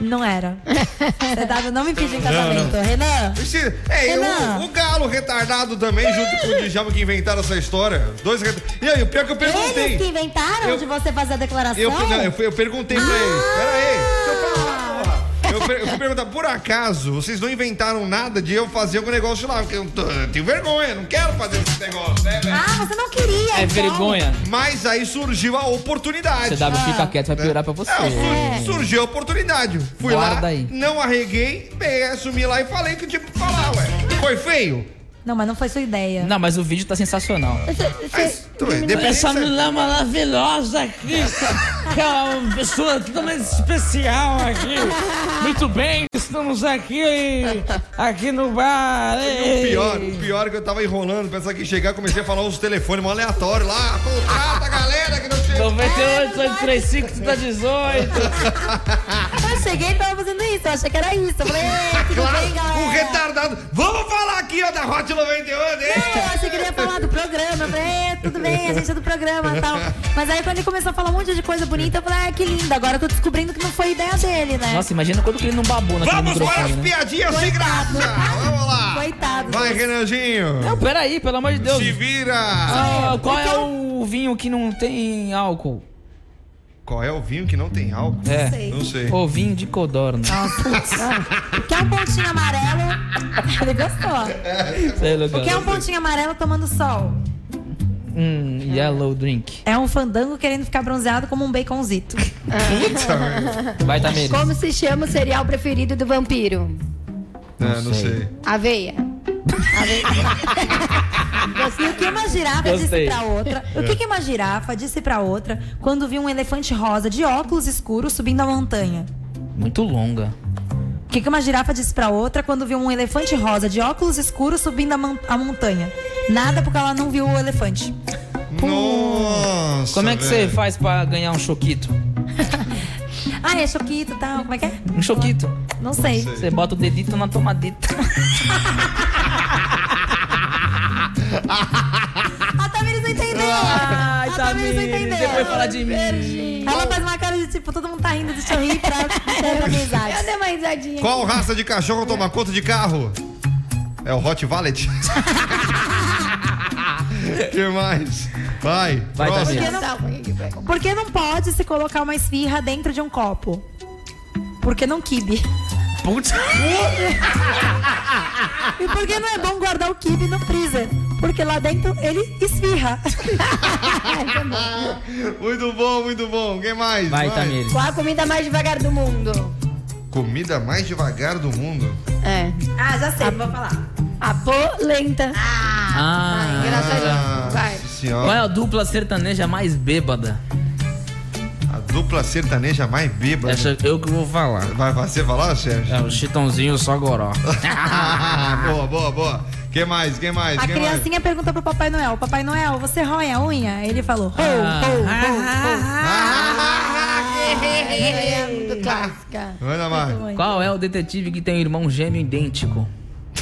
Speaker 7: Não era. CW não me pediu em casamento,
Speaker 6: Não, não.
Speaker 7: Renan.
Speaker 6: Esse- É, e
Speaker 7: Renan.
Speaker 6: o, o Galo retardado também, junto com o Djalma que inventaram essa história. Os Dois retar- E aí, o pior que eu
Speaker 7: Eles
Speaker 6: perguntei.
Speaker 7: que inventaram
Speaker 6: Eu-
Speaker 7: de você fazer a declaração?
Speaker 6: Eu, não, eu, fui- eu perguntei pra ele. Pera aí, deixa eu falar, porra. Eu, per- eu fui perguntar, por acaso, vocês não inventaram nada de eu fazer algum negócio lá? Porque eu, tô- eu tenho vergonha, não quero fazer esse negócio, né, velho?
Speaker 7: Ah, você não queria.
Speaker 8: É vergonha.
Speaker 6: Mas aí surgiu a oportunidade.
Speaker 8: CW, fica quieto, vai piorar pra você.
Speaker 6: É, sur- surgiu a oportunidade. Fui lá,
Speaker 8: Guarda aí.
Speaker 6: não arreguei, peguei, assumi lá e falei o que tinha pra falar, ué. Foi feio?
Speaker 7: Não, mas não foi sua ideia.
Speaker 8: Não, mas o vídeo tá sensacional.
Speaker 12: Essa
Speaker 6: é
Speaker 12: mulher maravilhosa
Speaker 9: [laughs]
Speaker 12: aqui, que é uma pessoa totalmente especial aqui. Muito bem, estamos aqui, aqui no bar.
Speaker 6: E o pior, o pior é que eu tava enrolando, pensava que ia chegar, comecei a falar os telefones, mó aleatório lá, contrata a tá galera que não chega.
Speaker 12: 98, 835,
Speaker 8: tá
Speaker 12: 18.
Speaker 7: Eu cheguei e tava fazendo isso, eu achei que era isso. Eu falei, "Ei, tudo
Speaker 6: Claro,
Speaker 7: bem, galera?
Speaker 6: o retardado. Vamos falar aqui, ó, da Hot 98. hein?
Speaker 7: Não, É, eu achei que ele ia falar do programa. Eu falei, "É, tudo bem, a gente é do programa e tal. Mas aí quando ele começou a falar um monte de coisa bonita, eu falei, ah, que lindo. Agora eu tô descobrindo que não foi ideia dele, né?
Speaker 8: É. Nossa, imagina quanto que ele não babou naquele
Speaker 6: Vamos para
Speaker 8: microfone,
Speaker 6: as
Speaker 8: né?
Speaker 6: piadinhas sem graça. Vamos lá.
Speaker 7: Coitado.
Speaker 6: Vai, Renanzinho.
Speaker 8: Não, peraí, pelo amor de Deus.
Speaker 6: Se vira.
Speaker 8: Ah, qual é o vinho que não tem álcool?
Speaker 6: Qual é o vinho que não tem álcool?
Speaker 8: É.
Speaker 6: Não sei.
Speaker 8: O vinho de codorna.
Speaker 7: Quer um pontinho amarelo?
Speaker 6: [laughs]
Speaker 7: Ele gostou.
Speaker 8: Sei lá,
Speaker 7: O que é um
Speaker 8: cara.
Speaker 7: pontinho amarelo tomando sol?
Speaker 8: Hum, yellow drink.
Speaker 7: É um fandango querendo ficar bronzeado como um baconzito.
Speaker 8: Vai, tá Tamires.
Speaker 9: Como se chama o cereal preferido do vampiro?
Speaker 6: É, não sei.
Speaker 9: Aveia.
Speaker 7: E assim, o que é uma girafa
Speaker 6: Gostei.
Speaker 7: disse pra outra? O que, que uma girafa disse pra outra quando viu um elefante rosa de óculos escuros subindo a montanha?
Speaker 8: Muito longa.
Speaker 7: O que, que uma girafa disse pra outra quando viu um elefante rosa de óculos escuros subindo a, mon- a montanha? Nada porque ela não viu o elefante.
Speaker 6: Nossa.
Speaker 8: Como é que você
Speaker 6: velho.
Speaker 8: faz pra ganhar um choquito?
Speaker 7: Ah, é choquito e tal. Como é que é?
Speaker 8: Um choquito.
Speaker 7: Não sei.
Speaker 8: Você bota o dedito na tomadita.
Speaker 7: A Tamiris não entendeu.
Speaker 12: Ai,
Speaker 7: a Tamiris não
Speaker 8: tá
Speaker 12: Tamiris,
Speaker 7: tá entendeu.
Speaker 12: você foi falar de mim.
Speaker 7: Ela faz uma cara de tipo, todo mundo tá rindo, deixa eu rir pra ter uma amizade.
Speaker 9: Eu dei uma risadinha.
Speaker 6: Qual raça de cachorro toma conta de carro? É o Hot Valet. que mais? Vai,
Speaker 12: Vai,
Speaker 6: próximo.
Speaker 7: Porque não, porque não pode se colocar uma esfirra dentro de um copo? Porque não quibe.
Speaker 8: Putz.
Speaker 7: E por que não é bom guardar o quibe no freezer? Porque lá dentro ele esfirra. [laughs]
Speaker 6: Muito bom, muito bom. Quem mais?
Speaker 8: Vai, tá Tamires.
Speaker 9: Qual a comida mais devagar do mundo?
Speaker 6: Comida mais devagar do mundo.
Speaker 9: É.
Speaker 7: Ah, já sei, vou falar.
Speaker 9: A polenta.
Speaker 8: Ah,
Speaker 6: engraçadinho.
Speaker 9: Tá, Vai.
Speaker 6: Senhora.
Speaker 8: Qual é a dupla sertaneja mais bêbada?
Speaker 6: A dupla sertaneja mais bêbada.
Speaker 8: Essa eu que vou falar.
Speaker 6: Vai você falar, Sérgio?
Speaker 8: É o Chitãozinho só goró.
Speaker 6: [laughs] boa, boa, boa. Quem mais? Quem mais?
Speaker 7: A
Speaker 6: Quem mais?
Speaker 7: criancinha pergunta pro Papai Noel: Papai Noel, você rói a unha? Ele falou: Ho,
Speaker 6: Ah.
Speaker 7: ho, ah,
Speaker 8: Ah.
Speaker 7: ho, ho.
Speaker 9: Muito clássica.
Speaker 6: Ana Mar.
Speaker 8: Qual é o detetive que tem um irmão gêmeo idêntico?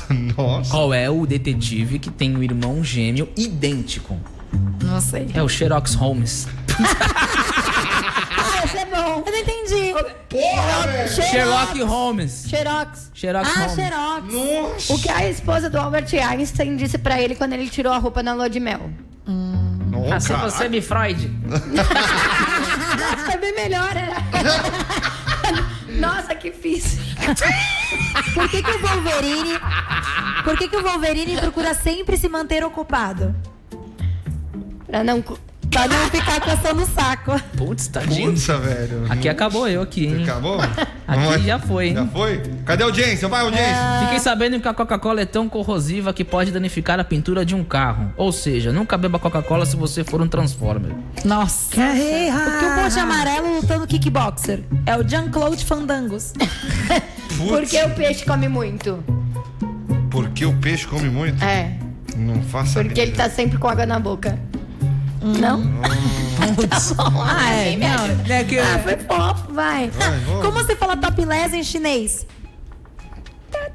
Speaker 6: [laughs] Nossa.
Speaker 8: Qual é o detetive que tem um irmão gêmeo idêntico?
Speaker 7: Não sei.
Speaker 8: É o Xerox Holmes.
Speaker 7: Ah, esse é bom. Eu não entendi.
Speaker 8: Sherlock Holmes.
Speaker 9: Xerox.
Speaker 8: Sherlock
Speaker 9: ah,
Speaker 8: Holmes.
Speaker 9: Xerox.
Speaker 6: Nossa.
Speaker 9: O que a esposa do Albert Einstein disse pra ele quando ele tirou a roupa na lua de mel?
Speaker 8: Ah, se você me Freud.
Speaker 9: Nossa, bem melhor, era. [laughs] Nossa, que fiz.
Speaker 7: Por que, que o Wolverine. Por que, que o Wolverine procura sempre se manter ocupado?
Speaker 9: Pra não.
Speaker 7: Pra não ficar coçando o saco.
Speaker 8: Putz, tadinho.
Speaker 6: Putza, velho.
Speaker 8: é Aqui acabou eu aqui, hein? [laughs]
Speaker 6: Acabou?
Speaker 8: Aqui já foi, hein?
Speaker 6: Já foi? Cadê a audiência? Vai, audiência.
Speaker 9: Ah,
Speaker 8: Fiquei sabendo que a Coca-Cola é tão corrosiva que pode danificar a pintura de um carro. Ou seja, nunca beba Coca-Cola se você for um Transformer.
Speaker 7: Nossa. O que o ponte amarelo lutando kickboxer? É o Jean-Claude
Speaker 9: [laughs]
Speaker 7: Fandangos.
Speaker 9: Porque o peixe come muito.
Speaker 6: Porque o peixe come muito?
Speaker 9: É.
Speaker 6: Não faça
Speaker 9: Porque ele tá sempre com água na boca. Não? tá bom.
Speaker 7: Ah,
Speaker 9: Ai, não.
Speaker 8: É que
Speaker 9: Ah, foi fofo, vai.
Speaker 7: Como você fala top les em chinês?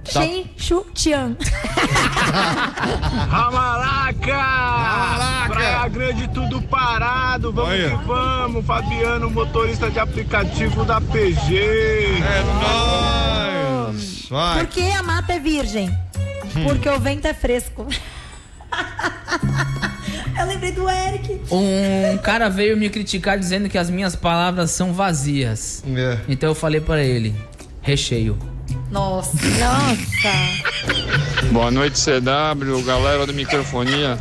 Speaker 7: Shen Shu Tian.
Speaker 20: Ramalaca! Praia Grande tudo parado, vamos
Speaker 6: Olha.
Speaker 20: que vamos, Fabiano, motorista de aplicativo da PG. É
Speaker 6: nóis!
Speaker 7: Por que a mata é virgem? Porque o vento é
Speaker 9: [laughs]
Speaker 7: fresco. Eu lembrei do Eric.
Speaker 8: Um cara veio me criticar dizendo que as minhas palavras são vazias. Então eu falei pra ele: recheio.
Speaker 7: Nossa. Nossa.
Speaker 21: Boa noite, CW, galera do microfonia.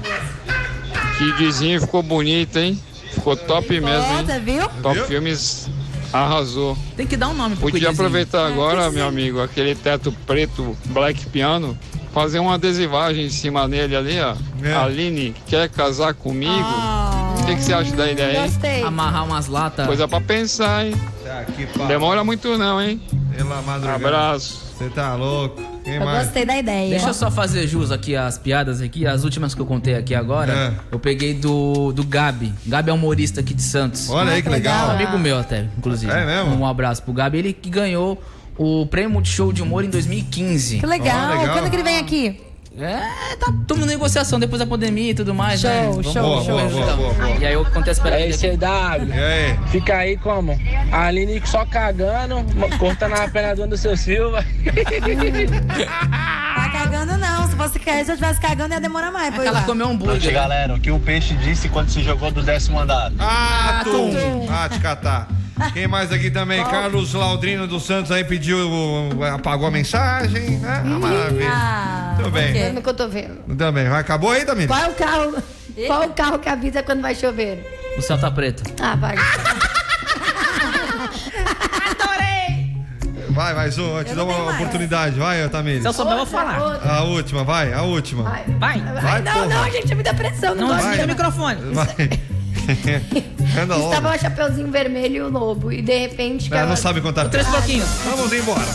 Speaker 21: Que vizinho ficou bonito, hein? Ficou top mesmo,
Speaker 7: Nossa,
Speaker 21: hein?
Speaker 7: viu?
Speaker 21: Top Filmes arrasou.
Speaker 8: Tem que dar um nome pro
Speaker 21: Podia
Speaker 8: cuidizinho.
Speaker 21: aproveitar agora, meu amigo, aquele teto preto, black piano, fazer uma adesivagem em cima dele ali, ó. Aline, quer casar comigo? O que, que você acha da ideia, hein?
Speaker 8: Amarrar umas latas.
Speaker 21: Coisa pra pensar, hein? Demora muito não, hein?
Speaker 6: Tá Pela madrugada.
Speaker 21: Abraço.
Speaker 6: Você tá louco? Quem
Speaker 7: Eu gostei da ideia.
Speaker 8: Deixa eu só fazer jus aqui às piadas aqui, as últimas que eu contei aqui agora,
Speaker 6: É.
Speaker 8: eu peguei do, do Gabi. Gabi é humorista aqui de Santos.
Speaker 6: Olha aí que legal.
Speaker 8: Um amigo meu até, inclusive.
Speaker 6: É mesmo?
Speaker 8: Um abraço pro Gabi, ele que ganhou o prêmio de show de humor em 2015.
Speaker 7: Que legal. Quando que ele vem aqui?
Speaker 8: É, tá tudo negociação depois da pandemia e tudo mais, né?
Speaker 7: Show,
Speaker 8: Vamos-
Speaker 7: show,
Speaker 8: Vamos-
Speaker 7: show.
Speaker 8: Vamos-
Speaker 7: Boa, boa,
Speaker 8: E aí eu contei as
Speaker 18: É
Speaker 8: paradas.
Speaker 18: CW. Fica aí como? A Aline só cagando, cortando a perna do Anderson Silva.
Speaker 7: Tá cagando não. Se fosse que se eu tivesse cagando, ia demorar mais. Pois lá.
Speaker 8: comeu um
Speaker 2: Noite, galera. O que o peixe disse quando se jogou do décimo andar?
Speaker 6: Ah, Tum. Ah, te catar. Quem mais aqui também? Carlos Laudrino dos Santos aí pediu, apagou a mensagem. Ah,
Speaker 7: Ah.
Speaker 6: maravilha. Tudo
Speaker 9: Dor
Speaker 6: bem.
Speaker 9: no cotovelo.
Speaker 6: Também. Acabou aí, Damir?
Speaker 9: Qual é o carro? Qual é o carro que avisa quando vai chover?
Speaker 8: O céu tá preto.
Speaker 9: Ah, vai. [laughs] Adorei!
Speaker 6: Vai, vai, Zu, eu te dou uma oportunidade. Vai, Otamir.
Speaker 9: Se eu souber, eu vou falar. Outra.
Speaker 6: A última, vai, a última. [laughs] Vai.
Speaker 8: Vai.
Speaker 6: Vai,
Speaker 9: não,
Speaker 6: porra.
Speaker 9: não, gente, é muita pressão. Não,
Speaker 6: Não
Speaker 9: gosto
Speaker 6: desliga
Speaker 9: de-
Speaker 6: o
Speaker 8: microfone.
Speaker 6: [laughs] Anda logo.
Speaker 9: Estava o Chapeuzinho Vermelho e o Lobo. E de repente...
Speaker 6: Ela não sabe contar
Speaker 9: Três
Speaker 8: pouquinhos.
Speaker 6: Vamos embora.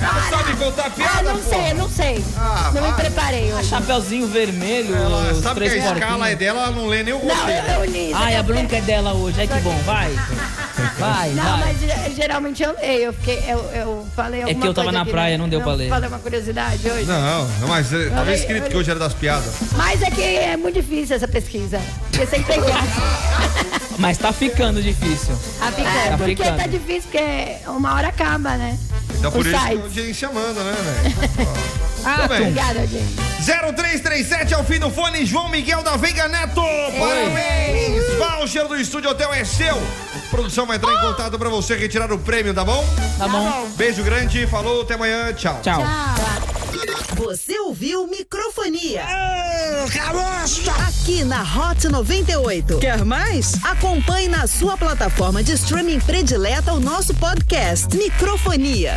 Speaker 6: Ela sabe contar
Speaker 9: Ah,
Speaker 6: piada,
Speaker 9: não sei, não sei.
Speaker 6: Ah,
Speaker 9: não me preparei hoje.
Speaker 8: Chapeuzinho vermelho.
Speaker 6: Ela
Speaker 8: os
Speaker 6: sabe que
Speaker 8: três
Speaker 6: a
Speaker 8: porquinhos.
Speaker 6: escala é dela, ela não lê nem o
Speaker 9: Não,
Speaker 6: roteiro.
Speaker 9: eu- eu li.
Speaker 6: né?
Speaker 8: Ai, a bronca é dela hoje. Ai, que bom. Vai. Vai,
Speaker 9: não,
Speaker 8: vai. É
Speaker 9: mas ge- geralmente eu leio. Eu, fiquei, eu, eu falei alguma
Speaker 8: que eu tava
Speaker 9: coisa
Speaker 8: na
Speaker 9: aqui, né?
Speaker 8: praia, não deu pra ler.
Speaker 9: Falei uma curiosidade hoje.
Speaker 6: Não, não, mas eh, tava
Speaker 9: Eu-
Speaker 6: escrito
Speaker 9: eu-
Speaker 6: que hoje era das piadas.
Speaker 9: Mas é que é muito difícil essa pesquisa. Porque sem
Speaker 8: [laughs]
Speaker 9: pegar.
Speaker 8: Mas tá ficando difícil.
Speaker 9: A pica-
Speaker 8: Tá
Speaker 9: porque
Speaker 8: ficando.
Speaker 9: tá difícil, porque uma hora acaba, né?
Speaker 6: Então por
Speaker 9: Os
Speaker 6: isso que a
Speaker 9: sites.
Speaker 6: audiência manda, né, velho?
Speaker 9: [laughs] Ah,
Speaker 6: Tudo bem.
Speaker 9: obrigada, gente.
Speaker 6: 0337 é o fim do fone, João Miguel da Veiga Neto. Parabéns! Voucher do Estúdio Hotel é seu. A produção vai entrar em contato pra você retirar o prêmio, tá bom?
Speaker 8: Tá bom.
Speaker 6: Beijo grande, falou, até amanhã, tchau.
Speaker 8: Tchau.
Speaker 4: Você ouviu Microfonia. Ah, Aqui na Hot 98. Quer mais? Acompanhe na sua plataforma de streaming predileta o nosso podcast Microfonia.